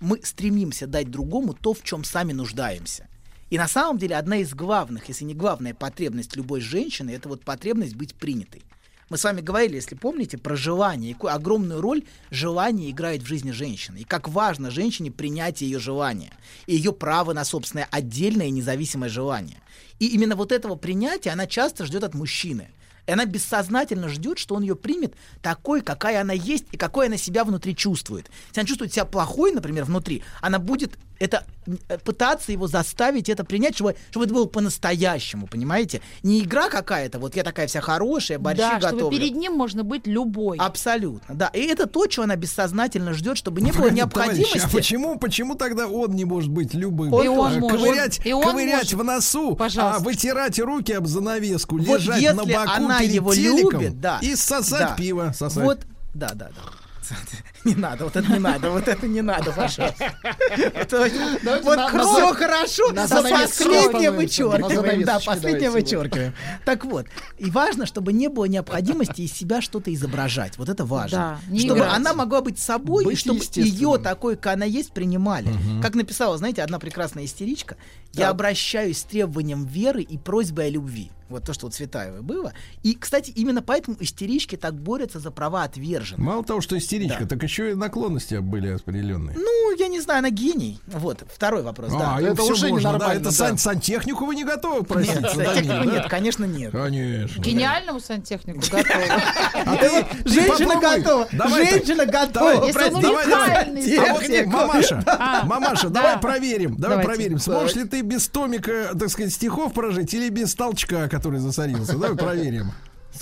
Speaker 6: Мы стремимся дать другому то, в чем сами нуждаемся. И на самом деле одна из главных, если не главная потребность любой женщины, это вот потребность быть принятой. Мы с вами говорили, если помните, про желание, и какую огромную роль желание играет в жизни женщины, и как важно женщине принятие ее желания, и ее право на собственное отдельное и независимое желание. И именно вот этого принятия она часто ждет от мужчины. И она бессознательно ждет, что он ее примет такой, какая она есть, и какой она себя внутри чувствует. Если она чувствует себя плохой, например, внутри, она будет Это э, пытаться его заставить это принять, чтобы, чтобы это было по-настоящему, понимаете? Не игра какая-то, вот я такая вся хорошая, борщи
Speaker 7: да, чтобы
Speaker 6: готовлю. А,
Speaker 7: перед ним можно быть любой.
Speaker 6: Абсолютно, да. И это то, чего она бессознательно ждет, чтобы не было
Speaker 5: Правильно, товарищи,
Speaker 6: необходимости.
Speaker 5: а почему, почему тогда он не может быть любым?
Speaker 7: И он
Speaker 5: А,
Speaker 7: может.
Speaker 5: ковырять
Speaker 7: И он
Speaker 5: ковырять
Speaker 7: может.
Speaker 5: в носу,
Speaker 7: Пожалуйста.
Speaker 5: а вытирать руки об занавеску,
Speaker 6: Вот
Speaker 5: лежать
Speaker 6: если
Speaker 5: на боку
Speaker 6: она
Speaker 5: перед
Speaker 6: его
Speaker 5: телеком
Speaker 6: любит, да.
Speaker 5: и сосать
Speaker 6: Да.
Speaker 5: пиво. Сосать.
Speaker 6: Вот, да, да, да. *laughs* Не надо, вот это не надо, вот это не надо,
Speaker 5: *laughs*
Speaker 6: пожалуйста. Это очень-
Speaker 8: Давайте
Speaker 6: Вот
Speaker 8: на- на
Speaker 6: все
Speaker 8: за-
Speaker 6: хорошо,
Speaker 8: на
Speaker 6: но
Speaker 8: занавесочку
Speaker 6: последнее
Speaker 8: остановимся, на
Speaker 6: вычеркиваем. Да,
Speaker 8: занавесочке
Speaker 6: последнее
Speaker 8: давайте вот.
Speaker 6: вычеркиваем. Так вот, и важно, чтобы не было необходимости из себя что-то изображать. Вот это важно.
Speaker 7: Да, не
Speaker 6: Чтобы
Speaker 7: играть.
Speaker 6: она могла быть собой, и
Speaker 8: Быть
Speaker 6: чтобы
Speaker 8: естественным.
Speaker 6: ее такой, как она есть, принимали. Как написала, знаете, одна прекрасная истеричка, я обращаюсь с требованием веры и просьбой о любви. Вот то, что у Цветаевой было. И, кстати, именно поэтому истерички так борются за права отверженных.
Speaker 5: Мало того, что истеричка,
Speaker 6: Да.
Speaker 5: так еще и наклонности были определенные.
Speaker 6: Ну, я не знаю, она гений. Вот, второй вопрос, да.
Speaker 5: а,
Speaker 8: это
Speaker 5: это уже
Speaker 8: уже
Speaker 5: можно, да,
Speaker 8: ненормально,
Speaker 5: это
Speaker 8: да.
Speaker 5: сан- сантехнику вы не готовы просить?
Speaker 6: *laughs* Нет,
Speaker 5: задание,
Speaker 6: сантехнику
Speaker 5: да?
Speaker 6: нет, конечно, нет.
Speaker 5: Конечно.
Speaker 6: *laughs*
Speaker 7: Гениальному сантехнику готова.
Speaker 5: А ты вот- ты
Speaker 6: Женщина
Speaker 5: попробуй.
Speaker 6: готова!
Speaker 5: Давай так.
Speaker 6: Женщина готова!
Speaker 5: Давай,
Speaker 7: Если он
Speaker 5: давай, давай.
Speaker 7: уникальный
Speaker 5: А вот,
Speaker 7: сантехник.
Speaker 5: мамаша,
Speaker 7: А,
Speaker 5: мамаша,
Speaker 7: да.
Speaker 5: давай проверим, давай
Speaker 7: Давайте.
Speaker 5: проверим, сможешь ли ты без томика, так сказать, стихов прожить или без толчка, который засорился. Давай проверим.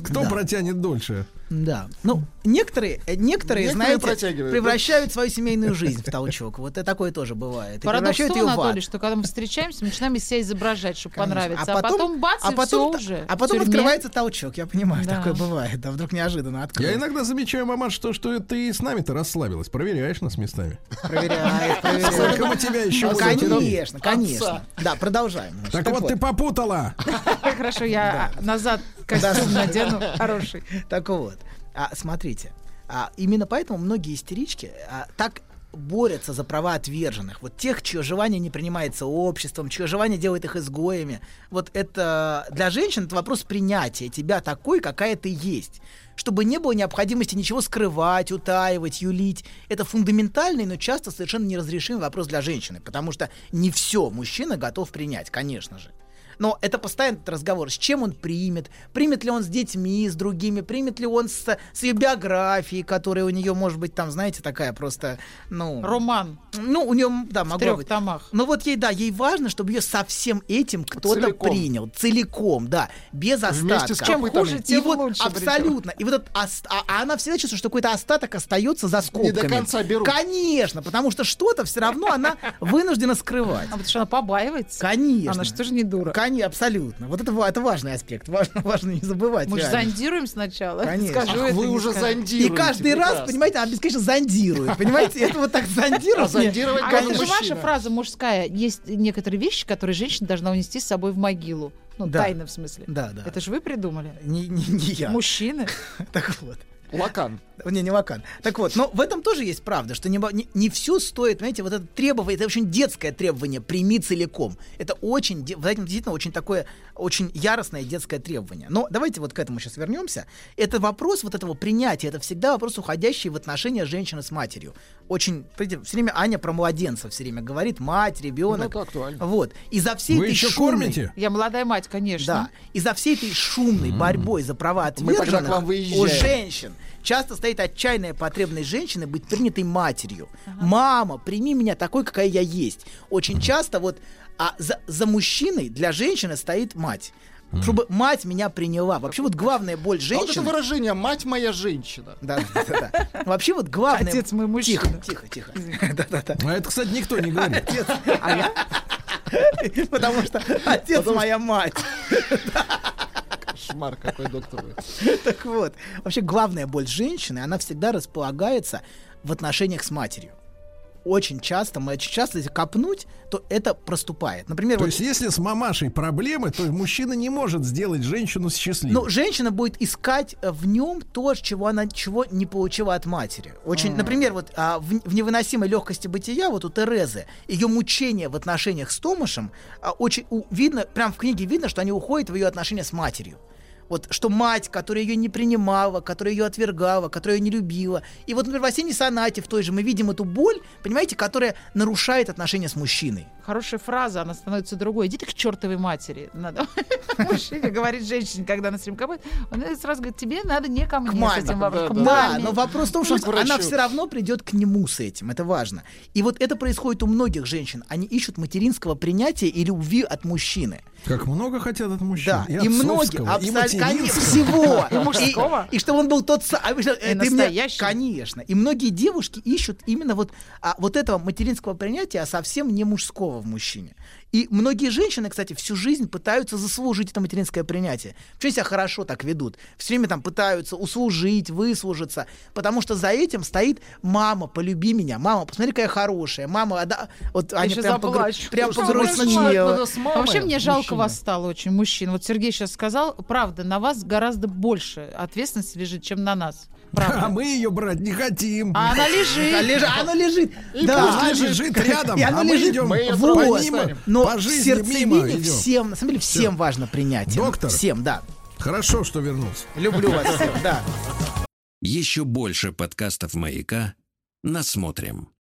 Speaker 5: Кто
Speaker 6: Да.
Speaker 5: протянет дольше?
Speaker 6: Да. Ну, некоторые, э, некоторые,
Speaker 8: Некоторые
Speaker 6: знаете,
Speaker 8: протягивают,
Speaker 6: превращают свою семейную жизнь в толчок. Вот и такое тоже бывает. И
Speaker 7: Парадокс в
Speaker 6: превращают
Speaker 7: том,
Speaker 6: ее в ад.
Speaker 7: Анатолий, что когда мы встречаемся, мы начинаем из себя изображать, чтобы
Speaker 6: Конечно.
Speaker 7: понравиться. А потом бац,
Speaker 6: а
Speaker 7: и
Speaker 6: потом, та-
Speaker 7: все уже.
Speaker 6: А
Speaker 7: В
Speaker 6: потом
Speaker 7: тюрьме.
Speaker 6: открывается толчок, я понимаю,
Speaker 7: Да.
Speaker 6: такое бывает. Да вдруг неожиданно
Speaker 5: Я
Speaker 6: открыли.
Speaker 5: иногда замечаю, мамаша, то, что ты с нами-то расслабилась. Проверяешь нас местами.
Speaker 6: Проверяет, проверяет.
Speaker 5: Сколько мы тебя еще
Speaker 6: Ну,
Speaker 5: будем тянуть?
Speaker 6: Конечно, конечно. Да, продолжаем. значит.
Speaker 5: Так вот, ты попутала.
Speaker 7: *laughs* Хорошо, я назад костюм надену. Хороший.
Speaker 6: *laughs* Так вот, а, смотрите, а, именно поэтому многие истерички а, так борются за права отверженных, вот тех, чье желание не принимается обществом, чье желание делает их изгоями. Вот это для женщин это вопрос принятия тебя такой, какая ты есть. Чтобы не было необходимости ничего скрывать, утаивать, юлить. Это фундаментальный, но часто совершенно неразрешимый вопрос для женщины, потому что не все мужчина готов принять, конечно же. Но это постоянный этот разговор, с чем он примет, примет ли он с детьми, с другими, примет ли он с, с ее биографией, которая у нее может быть там, знаете, такая просто, ну...
Speaker 7: Роман
Speaker 6: Ну, у нее, да,
Speaker 7: в
Speaker 6: могло
Speaker 7: трех
Speaker 6: быть.
Speaker 7: томах.
Speaker 6: Но вот ей, да, ей важно, чтобы ее со всем этим кто-то
Speaker 8: Целиком.
Speaker 6: принял. Целиком, да, без остатка.
Speaker 8: Вместе с
Speaker 7: Чем
Speaker 8: копытами.
Speaker 7: хуже,
Speaker 6: И
Speaker 7: тем
Speaker 6: вот
Speaker 7: лучше. причем.
Speaker 6: абсолютно. И вот этот ос- а, а она всегда чувствует, что какой-то остаток остается за скобками.
Speaker 8: до конца берут.
Speaker 6: Конечно, потому что что-то все равно она вынуждена скрывать.
Speaker 7: А потому что она побаивается.
Speaker 6: Конечно.
Speaker 7: Она же тоже не дура.
Speaker 6: Кон- абсолютно. Вот это, ва- это важный аспект. Важно, *laughs* важно не забывать.
Speaker 7: Мы же
Speaker 6: реально.
Speaker 7: зондируем сначала.
Speaker 6: Конечно.
Speaker 7: Скажу
Speaker 8: Ах,
Speaker 7: это,
Speaker 8: вы
Speaker 7: не
Speaker 8: уже
Speaker 7: скажу.
Speaker 6: И
Speaker 8: зондируете.
Speaker 6: каждый раз,
Speaker 8: прекрасно.
Speaker 6: понимаете, она бесконечно зондирует. Понимаете, это вот так зондирует.
Speaker 8: типа, А зондировать
Speaker 7: А
Speaker 8: Как
Speaker 7: это же
Speaker 8: мужчина.
Speaker 7: ваша фраза мужская. Есть некоторые вещи, которые женщина должна унести с собой в могилу. Ну,
Speaker 6: Да.
Speaker 7: тайно в смысле.
Speaker 6: Да, да.
Speaker 7: Это же вы придумали.
Speaker 6: не, не- не я.
Speaker 7: Мужчины.
Speaker 6: Так вот.
Speaker 8: Лакан.
Speaker 6: Не, не Лакан. Так вот, но в этом тоже есть правда, что не, все стоит, знаете, вот это требование, это очень детское требование, прими целиком. Это очень, де- в этом действительно очень такое, очень яростное детское требование. Но давайте вот к этому сейчас вернемся. Это вопрос вот этого принятия, это всегда вопрос, уходящий в отношения женщины с матерью. Очень, все время Аня про младенцев все время говорит, мать, ребенок.
Speaker 8: Ну, это актуально.
Speaker 6: Вот. И за всей
Speaker 5: Вы
Speaker 6: этой
Speaker 5: еще
Speaker 6: шумной-
Speaker 5: кормите?
Speaker 7: Я молодая мать, конечно.
Speaker 6: да. И за всей этой шумной борьбой за права
Speaker 8: тогда к
Speaker 6: отверженных
Speaker 8: вам
Speaker 6: у
Speaker 8: выезжаем.
Speaker 6: женщин часто стоит отчаянная потребность женщины быть принятой матерью. Мама, прими меня такой, какая я есть. Очень часто вот а за, за мужчиной для женщины стоит мать. Чтобы мать меня приняла. Вообще вот главная боль
Speaker 8: А вот это
Speaker 6: женщины...
Speaker 8: выражение «мать моя женщина».
Speaker 6: Да, да, да, да. Вообще вот главное...
Speaker 7: Отец мой мужчина.
Speaker 6: Тихо, тихо, тихо. Да-да-да.
Speaker 5: А это, кстати, никто не говорит.
Speaker 6: *laughs* Потому что отец моя мать.
Speaker 8: Кошмар какой, доктор. вы.
Speaker 6: Так вот, вообще главная боль женщины, она всегда располагается в отношениях с матерью. Очень часто, мы очень часто, если копнуть, то это проступает. Например,
Speaker 5: То
Speaker 6: вот,
Speaker 5: есть, если с мамашей проблемы, то мужчина не может сделать женщину счастливой.
Speaker 6: ну, женщина будет искать э, в нем то, чего она чего не получила от матери. Очень, например, вот а, в, в невыносимой легкости бытия, вот у Терезы, ее мучение в отношениях с Томашем, а, очень у- видно, прям в книге видно, что они уходят в ее отношения с матерью. Вот что мать, которая ее не принимала, которая ее отвергала, которая ее не любила. И вот, например, в «Осенней сонате» в той же мы видим эту боль, понимаете, которая нарушает отношения с мужчиной.
Speaker 7: Хорошая фраза, она становится другой. Иди ты к чертовой матери. *laughs* Надо мужчине говорить женщине, когда она с ним копает. Он сразу говорит, тебе надо не ко мне
Speaker 6: маме.
Speaker 7: с этим вопросом.
Speaker 8: Да,
Speaker 7: к
Speaker 6: Да,
Speaker 7: маме».
Speaker 6: но вопрос в том, что
Speaker 8: К врачу.
Speaker 6: она все равно придет к нему с этим, это важно. И вот это происходит у многих женщин. Они ищут материнского принятия и любви от мужчины.
Speaker 5: Как много хотят от мужчин.
Speaker 6: Да, и, многие,
Speaker 5: отцовского, и
Speaker 6: абсолютно, конечно,
Speaker 5: материнского. *laughs*
Speaker 6: всего.
Speaker 7: И мужского.
Speaker 6: И, чтобы он был тот самый. а, э, ты меня-
Speaker 7: настоящий.
Speaker 6: Конечно. И многие девушки ищут именно вот, а, вот этого материнского принятия, а совсем не мужского в мужчине. И многие женщины, кстати, всю жизнь пытаются заслужить это материнское принятие. Почему они себя хорошо так ведут? Все время там пытаются услужить, выслужиться, потому что за этим стоит мама, полюби меня, мама, посмотри, какая я хорошая, мама, а да- вот они
Speaker 7: щас
Speaker 6: прям, погру-
Speaker 7: заплачу.
Speaker 6: прям
Speaker 8: Что
Speaker 6: погрустнела.
Speaker 8: происходит с мамой?
Speaker 7: А Вообще мне жалко
Speaker 8: Мужчина.
Speaker 7: вас стало очень, мужчин. Вот Сергей сейчас сказал, правда, на вас гораздо больше ответственности лежит, чем на нас.
Speaker 5: А
Speaker 7: Правда.
Speaker 5: мы ее брать не хотим.
Speaker 7: А она
Speaker 6: А
Speaker 7: лежит.
Speaker 6: лежа- Она лежит.
Speaker 8: И
Speaker 6: Да.
Speaker 8: пусть
Speaker 5: Она лежит рядом,
Speaker 6: И она
Speaker 5: а мы
Speaker 6: лежит.
Speaker 5: идем
Speaker 8: Мы её
Speaker 5: по
Speaker 8: трогать
Speaker 6: Вот.
Speaker 8: не
Speaker 5: ним,
Speaker 8: станем.
Speaker 6: Но
Speaker 5: по жизни
Speaker 6: в
Speaker 5: мимо
Speaker 6: сердцевине
Speaker 5: идем.
Speaker 6: всем, на самом деле, всем важно принятие.
Speaker 5: Доктор.
Speaker 6: Всем, да.
Speaker 5: Хорошо, что вернулся.
Speaker 6: Люблю вас всех, да.
Speaker 1: Еще больше подкастов «Маяка» насмотрим.